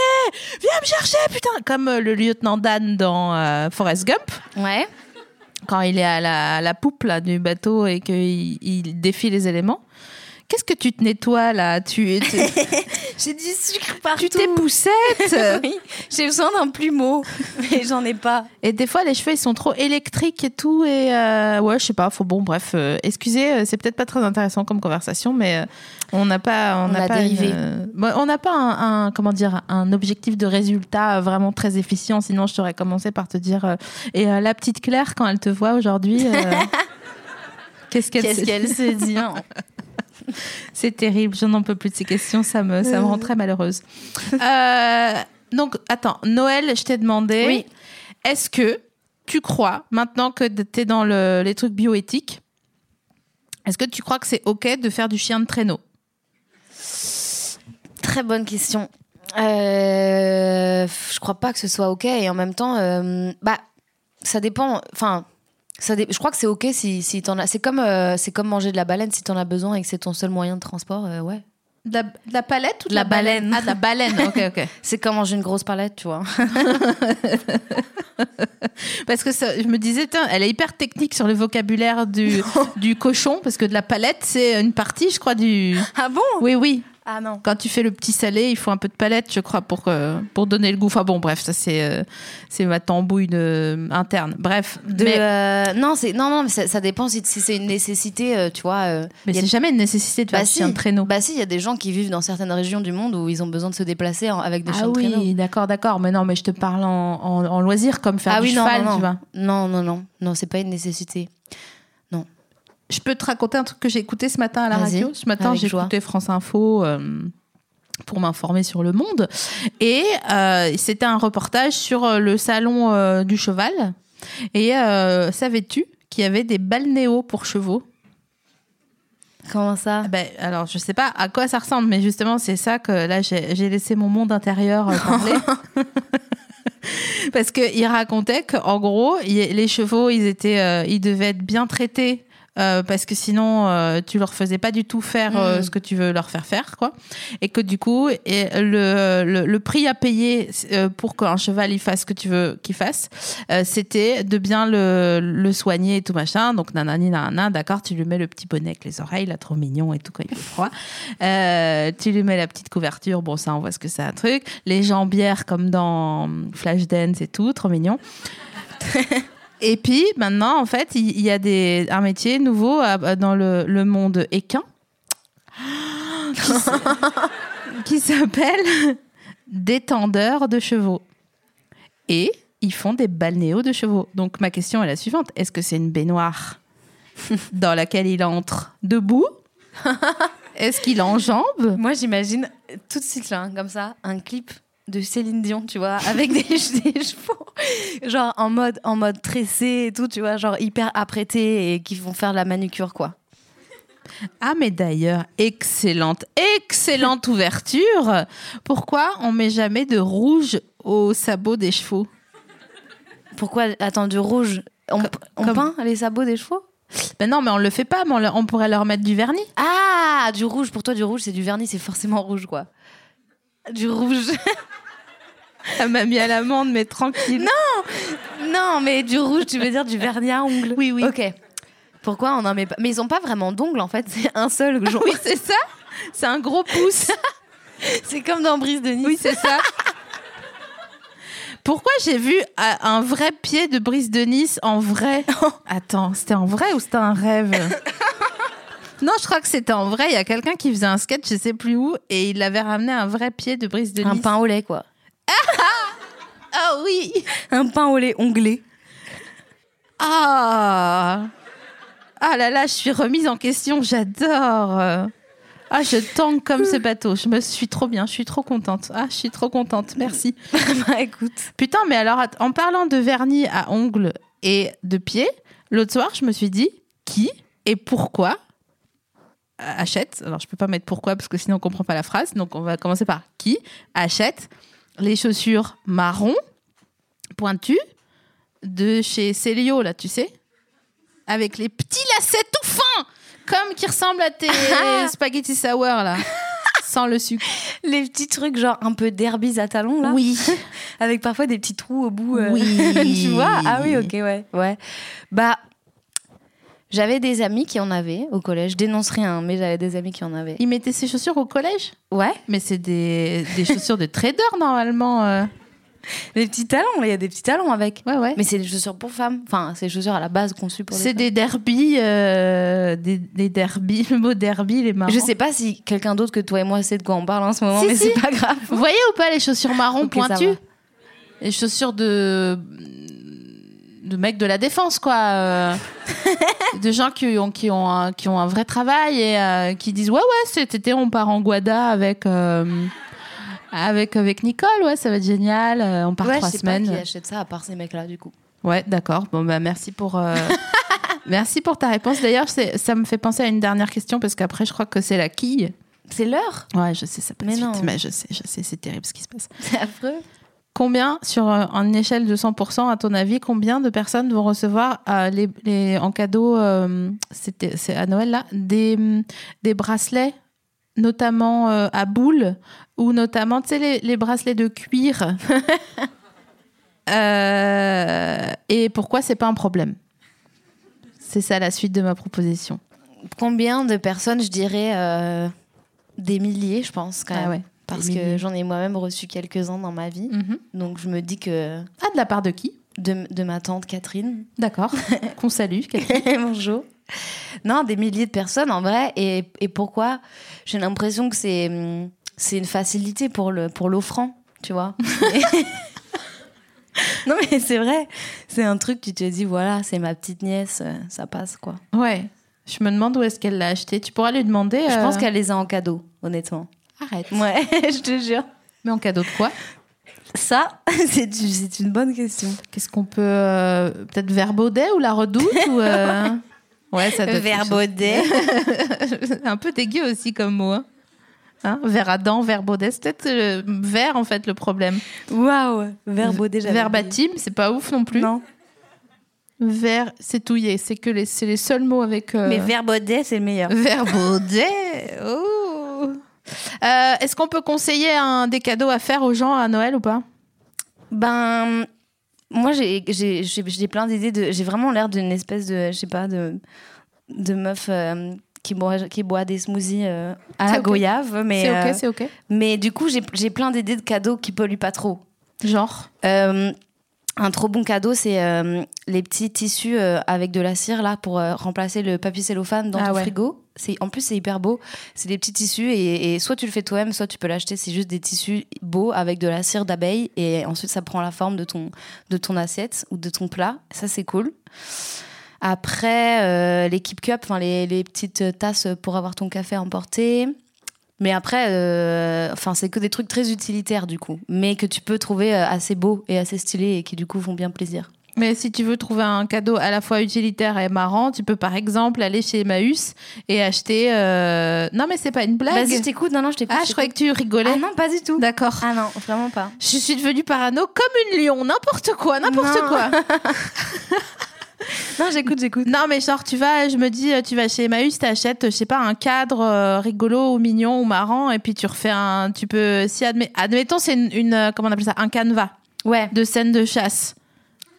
Speaker 2: viens me chercher, putain, comme euh, le lieutenant Dan dans euh, Forrest Gump
Speaker 3: Ouais.
Speaker 2: quand il est à la, à la poupe là, du bateau et qu'il il défie les éléments. Qu'est-ce que tu te nettoies là Tu tu-
Speaker 3: J'ai du sucre partout.
Speaker 2: tu t'es poussette
Speaker 3: Oui, j'ai besoin d'un plumeau, mais j'en ai pas.
Speaker 2: Et des fois, les cheveux, ils sont trop électriques et tout. Et euh, ouais, je sais pas. Faut bon, bref. euh, excusez, euh, c'est peut-être pas très intéressant comme conversation, mais euh, on n'a pas, on
Speaker 3: On
Speaker 2: n'a
Speaker 3: a
Speaker 2: pas, une,
Speaker 3: dérivé.
Speaker 2: euh, bah, on n'a pas un, un- comment dire, un objectif de résultat euh, vraiment très efficient. Sinon, je t'aurais commencé par te dire. euh, et euh, la petite Claire, quand elle te voit aujourd'hui, euh, qu'est-ce qu'elle
Speaker 3: Qu'est-ce
Speaker 2: se-
Speaker 3: qu'elle se dit hein
Speaker 2: C'est terrible, je n'en peux plus de ces questions, ça me, ça me rend très malheureuse. Euh, donc, attends, Noël, je t'ai demandé,
Speaker 3: Oui.
Speaker 2: est-ce que tu crois, maintenant que tu es dans le- les trucs bioéthiques, est-ce que tu crois que c'est OK de faire du chien de traîneau
Speaker 3: très bonne question. Euh, je crois pas que ce soit ok et en même temps, euh, bah ça dépend. Enfin, ça dé- je crois que c'est ok si, si t'en as. C'est comme euh, c'est comme manger de la baleine si t'en as besoin et que c'est ton seul moyen de transport. euh, ouais.
Speaker 2: De la, de la palette ou de
Speaker 3: La
Speaker 2: la, baleine
Speaker 3: baleine.
Speaker 2: Ah, de la baleine, ok, ok.
Speaker 3: C'est comme manger une grosse palette, tu vois.
Speaker 2: Parce que ça, je me disais, tiens, elle est hyper technique sur le vocabulaire du, du cochon, parce que de la palette, c'est une partie, je crois, du.
Speaker 3: Ah bon
Speaker 2: Oui, oui.
Speaker 3: Ah non.
Speaker 2: Quand tu fais le petit salé, il faut un peu de palette, je crois, pour, euh, pour donner le goût. Enfin bon, bref, ça, c'est euh, c'est ma tambouille de- euh, interne. Bref.
Speaker 3: De,
Speaker 2: mais
Speaker 3: euh, non, c'est non, non, mais ça, ça dépend si, si c'est une nécessité, euh, tu vois. euh,
Speaker 2: mais
Speaker 3: y a-
Speaker 2: c'est jamais une nécessité de faire chier un traîneau.
Speaker 3: Bah si, il y a des gens qui vivent dans certaines régions du monde où ils ont besoin de se déplacer en- avec des
Speaker 2: ah
Speaker 3: chiens de traîneau.
Speaker 2: oui, d'accord, d'accord. Mais non, mais je te parle en, en, en loisir, comme faire
Speaker 3: ah
Speaker 2: du
Speaker 3: oui, non,
Speaker 2: cheval,
Speaker 3: non, non.
Speaker 2: tu vois.
Speaker 3: Non, non, non, non, c'est pas une nécessité.
Speaker 2: Je peux te raconter un truc que j'ai écouté ce matin à la
Speaker 3: Vas-y,
Speaker 2: radio. Ce matin,
Speaker 3: avec
Speaker 2: j'ai
Speaker 3: joie.
Speaker 2: écouté France Info euh, pour m'informer sur le monde. Et euh, c'était un reportage sur euh, le salon euh, du cheval. Et euh, savais-tu qu'il y avait des balnéos pour chevaux
Speaker 3: Comment ça
Speaker 2: Ah ben, alors, je sais pas à quoi ça ressemble, mais justement, c'est ça que là, j'ai j'ai laissé mon monde intérieur euh, parler. Parce qu'il racontait qu'en gros, il- les chevaux, ils, étaient, euh, ils devaient être bien traités. euh, parce que sinon, euh, tu leur faisais pas du tout faire euh,
Speaker 3: Mm.
Speaker 2: ce que tu veux leur faire faire, quoi. Et que du coup, et le, le, le prix à payer euh, pour qu'un cheval il fasse ce que tu veux qu'il fasse, euh, c'était de bien le, le soigner et tout machin. Donc nanani nanana, d'accord, tu lui mets le petit bonnet avec les oreilles, là trop mignon et tout quand il fait froid. Euh, tu lui mets la petite couverture, bon ça on voit ce que c'est un truc. Les jambières comme dans Flashdance et tout, trop mignon. Et puis maintenant, en fait, il il y, a des, un métier nouveau à- dans le, le monde équin qui s- qui s'appelle détendeur de chevaux. Et ils font des balnéos de chevaux. Donc ma question est la suivante est-ce que c'est une baignoire dans laquelle il entre debout Est-ce qu'il enjambe
Speaker 3: Moi, j'imagine euh, tout de suite là, hein, comme ça, un clip de Céline Dion, tu vois, avec des, che- des chevaux, genre en mode en mode tressé et tout, tu vois, genre hyper apprêtés et qui vont faire de la manucure quoi.
Speaker 2: Ah mais d'ailleurs, excellente, excellente ouverture. Pourquoi on met jamais de rouge aux sabots des chevaux
Speaker 3: Pourquoi attends du rouge On, on
Speaker 2: comme-
Speaker 3: peint les sabots des chevaux
Speaker 2: Ben non, mais on le fait pas, mais on, le- on pourrait leur mettre du vernis.
Speaker 3: Ah, du rouge pour toi, du rouge, c'est du vernis, c'est forcément rouge quoi. Du rouge.
Speaker 2: Elle m'a Ah, bah, mis à l'amende, mais tranquille. Non
Speaker 3: non, mais du rouge, tu veux dire du vernis à ongles
Speaker 2: Oui, oui.
Speaker 3: Ok. Pourquoi on en met pas Mais ils ont pas vraiment d'ongles en fait, c'est un seul. genre.
Speaker 2: Oui, c'est ça C'est un gros pouce.
Speaker 3: c'est comme dans Brise de Nice.
Speaker 2: Oui, c'est ça. Pourquoi j'ai vu euh, un vrai pied de Brise de Nice en vrai Attends, c'était en vrai ou c'était un rêve Non, je crois que c'était en vrai. Il y a quelqu'un qui faisait un sketch, je sais plus où, et il avait ramené un vrai pied de Brise de Nice.
Speaker 3: Un pain au lait quoi.
Speaker 2: Ah oui
Speaker 3: Un pain au lait onglé.
Speaker 2: Ah Ah là là, je suis remise en question, j'adore ah, je tangue comme ce bateau. Je me suis trop bien, je suis trop contente. Ah, je suis trop contente, merci.
Speaker 3: bah écoute.
Speaker 2: Putain, mais alors, att- en parlant de vernis à ongles et de pieds, l'autre soir, je me suis dit qui et pourquoi euh, achète. Alors, je peux pas mettre pourquoi parce que sinon, on comprend pas la phrase. Donc, on va commencer par qui achète les chaussures marron pointues de chez Célio, là, tu sais, avec les petits lacets tout fins, comme qui ressemblent à tes spaghetti sour, là, sans le sucre.
Speaker 3: Les petits trucs genre un peu d'herbies à talons là.
Speaker 2: Oui.
Speaker 3: Avec parfois des petits trous au bout. euh,
Speaker 2: Oui.
Speaker 3: tu vois Ah oui, ok, ouais. ouais. Bah, j'avais des amis qui en avaient au collège. Je dénonce rien, mais j'avais des amis qui en avaient.
Speaker 2: Il mettait ses chaussures au collège
Speaker 3: Ouais.
Speaker 2: Mais c'est des, des chaussures de trader normalement. euh.
Speaker 3: Les petits talons, là, il y a des petits talons avec.
Speaker 2: Ouais, ouais.
Speaker 3: Mais c'est des chaussures pour femmes. Enfin, c'est des chaussures à la base conçues pour les
Speaker 2: C'est des derbies, euh, des, des derbies, le mot derby, les marrons.
Speaker 3: femmes. Je sais pas si quelqu'un d'autre que toi et moi sait de quoi on parle en ce moment,
Speaker 2: Si,
Speaker 3: mais
Speaker 2: si.
Speaker 3: c'est pas grave.
Speaker 2: Vous voyez ou pas les chaussures marron
Speaker 3: Ok, ça va.
Speaker 2: pointues Les chaussures de. de mecs de la défense, quoi. euh. de gens qui ont, qui, ont un, qui ont un vrai travail et euh, qui disent Ouais, ouais, cet été, on part en Guada avec. euh, avec, avec Nicole, ouais, ça va être génial. euh, on part
Speaker 3: ouais,
Speaker 2: trois
Speaker 3: je sais
Speaker 2: semaines.
Speaker 3: pas qui achète ça à part ces mecs-là du coup.
Speaker 2: Ouais, d'accord. Bon, bah, merci pour. euh, merci pour ta réponse. D'ailleurs, c'est- ça me fait penser à une dernière question parce qu'après, je crois que c'est la quille.
Speaker 3: C'est l'heure
Speaker 2: Ouais, je sais, ça passe
Speaker 3: Mais
Speaker 2: vite,
Speaker 3: non.
Speaker 2: mais je sais, je sais, c'est terrible ce qui se passe.
Speaker 3: C'est affreux.
Speaker 2: Combien, sur euh, une échelle de 100%, à ton avis, combien de personnes vont recevoir euh, les, les- en cadeau, euh, c'était- c'est à Noël là, des, hum, des bracelets, notamment euh, à boules, ou notamment, tu sais, les, les bracelets de cuir Euh, Et pourquoi c'est pas un problème C'est ça la suite de ma proposition.
Speaker 3: Combien de personnes, je dirais euh, des milliers, je pense, quand
Speaker 2: Ah
Speaker 3: même.
Speaker 2: ouais,
Speaker 3: Parce
Speaker 2: des
Speaker 3: que
Speaker 2: milliers. Mm.
Speaker 3: j'en ai moi-même reçu quelques-uns dans ma vie. Donc je me dis que
Speaker 2: Mhm. Ah, de la part de qui
Speaker 3: de, de ma tante Catherine,
Speaker 2: D'accord, qu'on salue. Catherine.
Speaker 3: bonjour. Non, des milliers de personnes en vrai. Et, et pourquoi J'ai l'impression que c'est hum, c'est une facilité pour le pour l'offrant, tu vois. non mais c'est vrai, c'est un truc tu te dis voilà, c'est ma petite nièce, euh, ça passe quoi.
Speaker 2: Ouais, je me demande où est-ce qu'elle l'a acheté. Tu pourras lui demander.
Speaker 3: Je
Speaker 2: euh,
Speaker 3: pense qu'elle les a en cadeau, honnêtement.
Speaker 2: Arrête.
Speaker 3: Ouais, je te jure.
Speaker 2: Mais en cadeau de quoi
Speaker 3: Ça, c'est du- c'est une bonne question.
Speaker 2: Qu'est-ce qu'on peut euh, peut-être Verbaudet ou la Redoute ou euh, ouais ça doit
Speaker 3: Euh,
Speaker 2: être
Speaker 3: Verbaudet.
Speaker 2: quelque chose. un peu dégueu aussi comme mot. Hein Hein, Veradan, Verbaudet, c'est peut-être euh, vert en fait le problème.
Speaker 3: Waouh, Verbaudet, j'avais
Speaker 2: Verbatim, c'est pas ouf non plus.
Speaker 3: oublié. Non,
Speaker 2: Vert, c'est touillé, c'est que les c'est les seuls mots avec euh,
Speaker 3: mais Verbaudet, c'est le meilleur.
Speaker 2: Verbaudet. oh. Euh, Est-ce qu'on peut conseiller un, des cadeaux à faire aux gens à Noël ou pas
Speaker 3: Ben, moi, j'ai- j'ai j'ai- j'ai plein d'idées. de J'ai vraiment l'air d'une espèce de, je sais pas, de, de meuf euh, qui, boit, qui boit des smoothies euh, à
Speaker 2: C'est
Speaker 3: la
Speaker 2: ok.
Speaker 3: goyave. Mais,
Speaker 2: C'est ok,
Speaker 3: euh,
Speaker 2: c'est ok.
Speaker 3: mais du coup, j'ai j'ai plein d'idées de cadeaux qui polluent pas trop.
Speaker 2: Genre.
Speaker 3: Euh, un trop bon cadeau, c'est euh, les petits tissus euh, avec de la cire là pour euh, remplacer le papier cellophane dans
Speaker 2: Ah
Speaker 3: ton
Speaker 2: ouais.
Speaker 3: frigo. C'est en plus c'est hyper beau. C'est des petits tissus et, et soit tu le fais toi-même, soit tu peux l'acheter. C'est juste des tissus beaux avec de la cire d'abeille et ensuite ça prend la forme de ton de ton assiette ou de ton plat. Ça c'est cool. Après euh, les keep cups, enfin les, les petites tasses pour avoir ton café à emporter. Mais après, euh, enfin, c'est que des trucs très utilitaires du coup, mais que tu peux trouver euh, assez beaux et assez stylés et qui du coup font bien plaisir.
Speaker 2: Mais si tu veux trouver un cadeau à la fois utilitaire et marrant, tu peux par exemple aller chez Emmaüs et acheter. euh, Non, mais c'est pas une blague.
Speaker 3: Vas-y, je t'écoute. Non, non, je t'écoute.
Speaker 2: ah, je croyais
Speaker 3: t'écoute.
Speaker 2: que tu rigolais.
Speaker 3: Ah non, pas du tout.
Speaker 2: D'accord.
Speaker 3: Ah non, vraiment pas.
Speaker 2: Je suis devenue parano comme une lion. N'importe quoi, n'importe
Speaker 3: Non.
Speaker 2: quoi.
Speaker 3: Non, j'écoute, j'écoute.
Speaker 2: Non, mais genre, tu vas, je me dis, tu vas chez Emmaüs, t'achètes, je sais pas, un cadre euh, rigolo ou mignon ou marrant, et puis tu refais un. Tu peux. Si, admet- admettons, c'est une, une, euh, Comment on appelle ça Un canevas
Speaker 3: Ouais,
Speaker 2: de scène de chasse.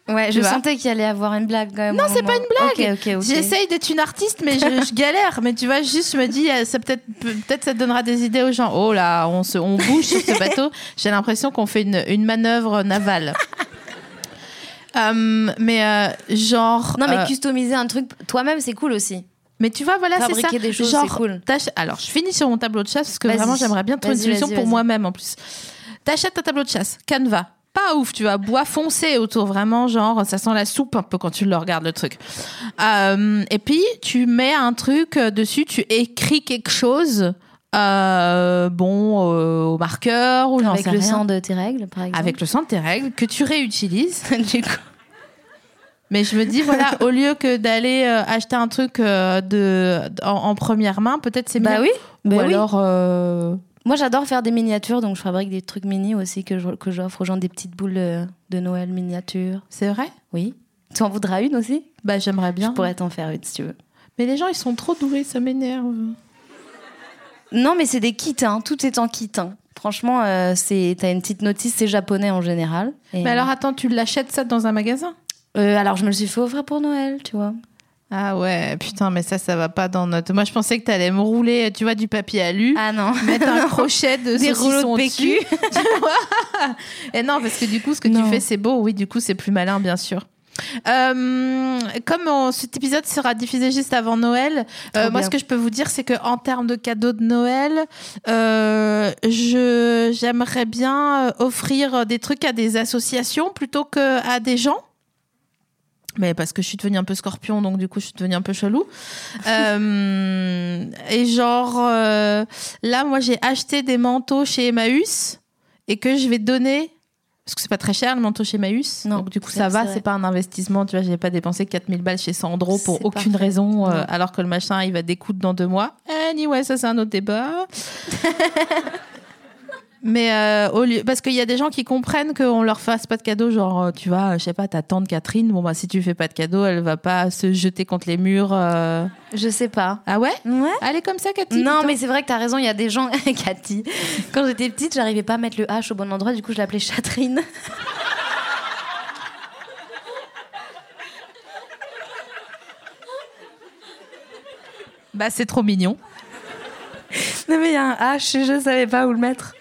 Speaker 3: ouais. Je
Speaker 2: vas.
Speaker 3: sentais qu'il allait avoir une blague quand même.
Speaker 2: Non,
Speaker 3: au
Speaker 2: c'est pas
Speaker 3: moment.
Speaker 2: une blague.
Speaker 3: Ok, ok, ok.
Speaker 2: J'essaye d'être une artiste, mais je, je galère. Mais tu vois, juste, je me dis, euh, ça peut-être, peut-être, ça donnera des idées aux gens. Oh là, on se, on bouge sur ce bateau. J'ai l'impression qu'on fait une, une manœuvre navale. Euh, mais euh, genre,
Speaker 3: Non, mais
Speaker 2: euh,
Speaker 3: customiser un truc toi-même, c'est cool aussi.
Speaker 2: mais tu vois, voilà, c'est ça.
Speaker 3: fabriquer des choses,
Speaker 2: Genre,
Speaker 3: c'est cool.
Speaker 2: t'ach- Alors, je finis sur mon tableau de chasse parce que
Speaker 3: Vas-y.
Speaker 2: vraiment, j'aimerais bien trouver une
Speaker 3: Vas-y,
Speaker 2: solution
Speaker 3: vas-y,
Speaker 2: pour
Speaker 3: vas-y.
Speaker 2: moi-même en plus. T'achètes un tableau de chasse, Canva. Pas ouf, tu vois, bois foncé autour, vraiment, genre, ça sent la soupe un peu quand tu le regardes, le truc. Euh, et puis, tu mets un truc euh, dessus, tu écris quelque chose, euh, bon, euh, au marqueur ou j'en
Speaker 3: Avec
Speaker 2: sais
Speaker 3: le
Speaker 2: rien.
Speaker 3: sang de tes règles, par exemple.
Speaker 2: Avec le sang de tes règles, que tu réutilises.
Speaker 3: du coup.
Speaker 2: Mais je me dis, voilà, au lieu que d'aller euh, acheter un truc euh, de, en, en première main, peut-être c'est mieux.
Speaker 3: Bah oui.
Speaker 2: Ou
Speaker 3: Bah oui.
Speaker 2: alors. euh,
Speaker 3: Moi, j'adore faire des miniatures, donc je fabrique des trucs mini aussi que je- que j'offre aux gens, des petites boules euh, de Noël miniatures.
Speaker 2: C'est vrai
Speaker 3: Oui. Tu en voudras une aussi
Speaker 2: Bah j'aimerais bien.
Speaker 3: Je pourrais t'en faire une si tu veux.
Speaker 2: Mais les gens ils sont trop doués, ça m'énerve.
Speaker 3: Non, mais c'est des kits, hein. tout est en kit. hein. Franchement, euh, c'est- t'as une petite notice, c'est japonais en général. Et,
Speaker 2: Mais alors attends, tu l'achètes ça dans un magasin
Speaker 3: euh, alors, je me le suis fait offrir pour Noël, tu vois.
Speaker 2: Ah ouais, putain, mais ça ça va pas dans notre. Moi je pensais que t'allais me rouler, tu vois, du papier alu.
Speaker 3: Ah non.
Speaker 2: Mettre un crochet de
Speaker 3: Des
Speaker 2: saucisson
Speaker 3: rouleaux de
Speaker 2: dessus,
Speaker 3: PQ.
Speaker 2: tu vois Et non, parce que du coup, ce que tu
Speaker 3: Non.
Speaker 2: fais, c'est beau. Oui, du coup, c'est plus malin, bien sûr. Euh, comme on- cet épisode sera diffusé juste avant Noël, euh,
Speaker 3: Trop
Speaker 2: moi
Speaker 3: bien.
Speaker 2: ce que je peux vous dire c'est que en termes de cadeaux de Noël, euh, je j'aimerais bien euh, offrir des trucs à des associations plutôt que à des gens. Mais parce que je suis devenue un peu scorpion, donc du coup je suis devenue un peu chelou. Euh, et genre, euh, là moi j'ai acheté des manteaux chez Emmaüs et que je vais donner Parce que c'est pas très cher le manteau chez Maüs.
Speaker 3: Non,
Speaker 2: donc du coup
Speaker 3: c'est-
Speaker 2: ça va,
Speaker 3: c'est vrai.
Speaker 2: c'est pas un investissement. Tu vois, j'ai pas dépensé 4000 balles chez Sandro pour
Speaker 3: C'est
Speaker 2: aucune
Speaker 3: parfait.
Speaker 2: raison, euh,
Speaker 3: Non.
Speaker 2: alors que le machin il va découdre dans deux mois. Anyway, ça c'est un autre débat. Mais euh, au lieu, parce qu'il y a des gens qui comprennent qu'on leur fasse pas de cadeau, genre euh, tu vois, je sais pas, ta tante Catherine, bon bah si tu fais pas de cadeau, elle va pas se jeter contre les murs. euh.
Speaker 3: Je sais pas.
Speaker 2: Ah ouais
Speaker 3: Ouais.
Speaker 2: Elle est comme ça, Cathy
Speaker 3: Non,
Speaker 2: putain.
Speaker 3: mais c'est vrai que t'as raison, il y a des gens. Cathy, quand j'étais petite, j'arrivais pas à mettre le H au bon endroit, du coup, je l'appelais Chatrine.
Speaker 2: bah c'est trop mignon.
Speaker 3: Non, mais il y a un H et Ah, je savais pas où le mettre.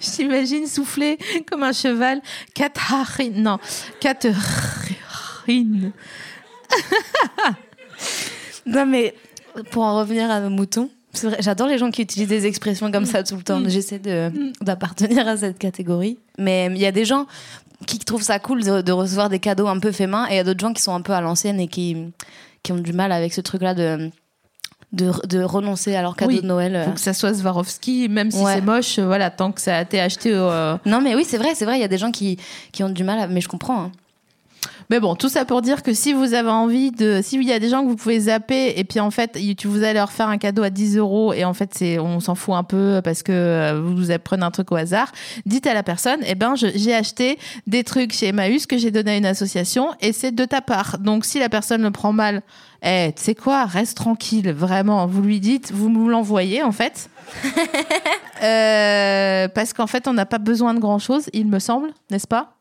Speaker 2: Je t'imagine souffler comme un cheval. Catherine. Non, Catherine.
Speaker 3: Non, mais pour en revenir à nos moutons, c'est vrai, j'adore les gens qui utilisent des expressions comme ça tout le temps. J'essaie de- d'appartenir à cette catégorie. Mais il y a des gens qui trouvent ça cool de, de recevoir des cadeaux un peu faits main et il y a d'autres gens qui sont un peu à l'ancienne et qui, qui ont du mal avec ce truc-là de, de, de renoncer à leur cadeau
Speaker 2: Oui.
Speaker 3: de Noël. euh.
Speaker 2: Faut que ça soit Swarovski, même si
Speaker 3: Ouais.
Speaker 2: c'est moche, euh, voilà, tant que ça a été acheté au. euh,
Speaker 3: Non, mais oui, c'est vrai, c'est vrai, il y a des gens qui, qui ont du mal, à- mais je comprends. hein.
Speaker 2: Mais bon, tout ça pour dire que si vous avez envie de. S'il y a des gens que vous pouvez zapper et puis en fait, y- tu vous allez leur faire un cadeau à 10 euros et en fait, c'est, on s'en fout un peu parce que euh, vous vous apprenez un truc au hasard, dites à la personne Eh ben, je- j'ai acheté des trucs chez Emmaüs que j'ai donné à une association et c'est de ta part. Donc si la personne le prend mal, eh, tu sais quoi, reste tranquille, vraiment. Vous lui dites, vous me l'envoyez en fait. Euh, parce qu'en fait, on n'a pas besoin de grand chose, il me semble, n'est-ce pas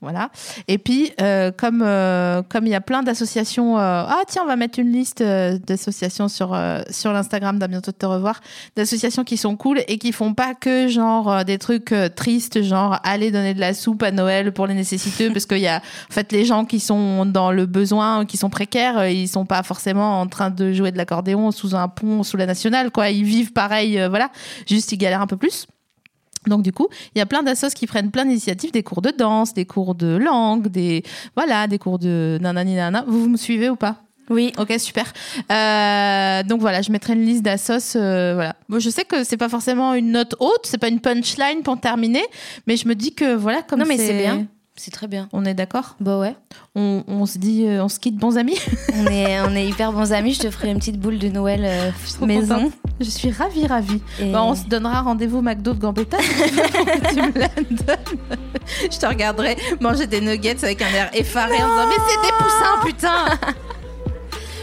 Speaker 2: voilà. Et puis, euh, comme euh, comme il y a plein d'associations, euh, ah tiens, on va mettre une liste euh, d'associations sur euh, sur l'Instagram d'à bientôt de te revoir, d'associations qui sont cool et qui font pas que genre euh, des trucs euh, tristes, genre aller donner de la soupe à Noël pour les nécessiteux, parce qu'il y a en fait les gens qui sont dans le besoin, qui sont précaires, euh, ils sont pas forcément en train de jouer de l'accordéon sous un pont sous la nationale, quoi. Ils vivent pareil, euh, voilà. Juste ils galèrent un peu plus. Donc du coup, il y a plein d'assos qui prennent plein d'initiatives, des cours de danse, des cours de langue, des voilà, des cours de nanani nana. Vous, vous me suivez ou pas
Speaker 3: Oui.
Speaker 2: Ok, super. Euh, donc voilà, je mettrai une liste d'assos. euh, voilà. Bon, je sais que c'est pas forcément une note haute, c'est pas une punchline pour terminer, mais je me dis que voilà, comme
Speaker 3: non, mais c'est bien. C'est très bien.
Speaker 2: On est d'accord
Speaker 3: Bah ouais.
Speaker 2: on, on se dit, euh, on se quitte, bons amis
Speaker 3: On est, on est hyper bons amis. Je te ferai une petite boule de Noël euh,
Speaker 2: trop
Speaker 3: maison.
Speaker 2: Je suis ravie, ravie.
Speaker 3: Et-
Speaker 2: Bah, on se donnera rendez-vous au McDo de Gambetta. si tu veux, pour que tu me la donnes. Je te regarderai manger des nuggets avec un air effaré en disant Mais c'est des poussins, putain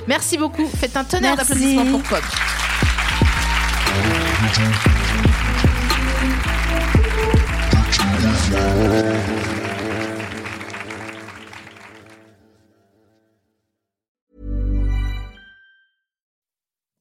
Speaker 2: Merci beaucoup. Faites un tonnerre
Speaker 3: Merci.
Speaker 2: d'applaudissements pour Pop.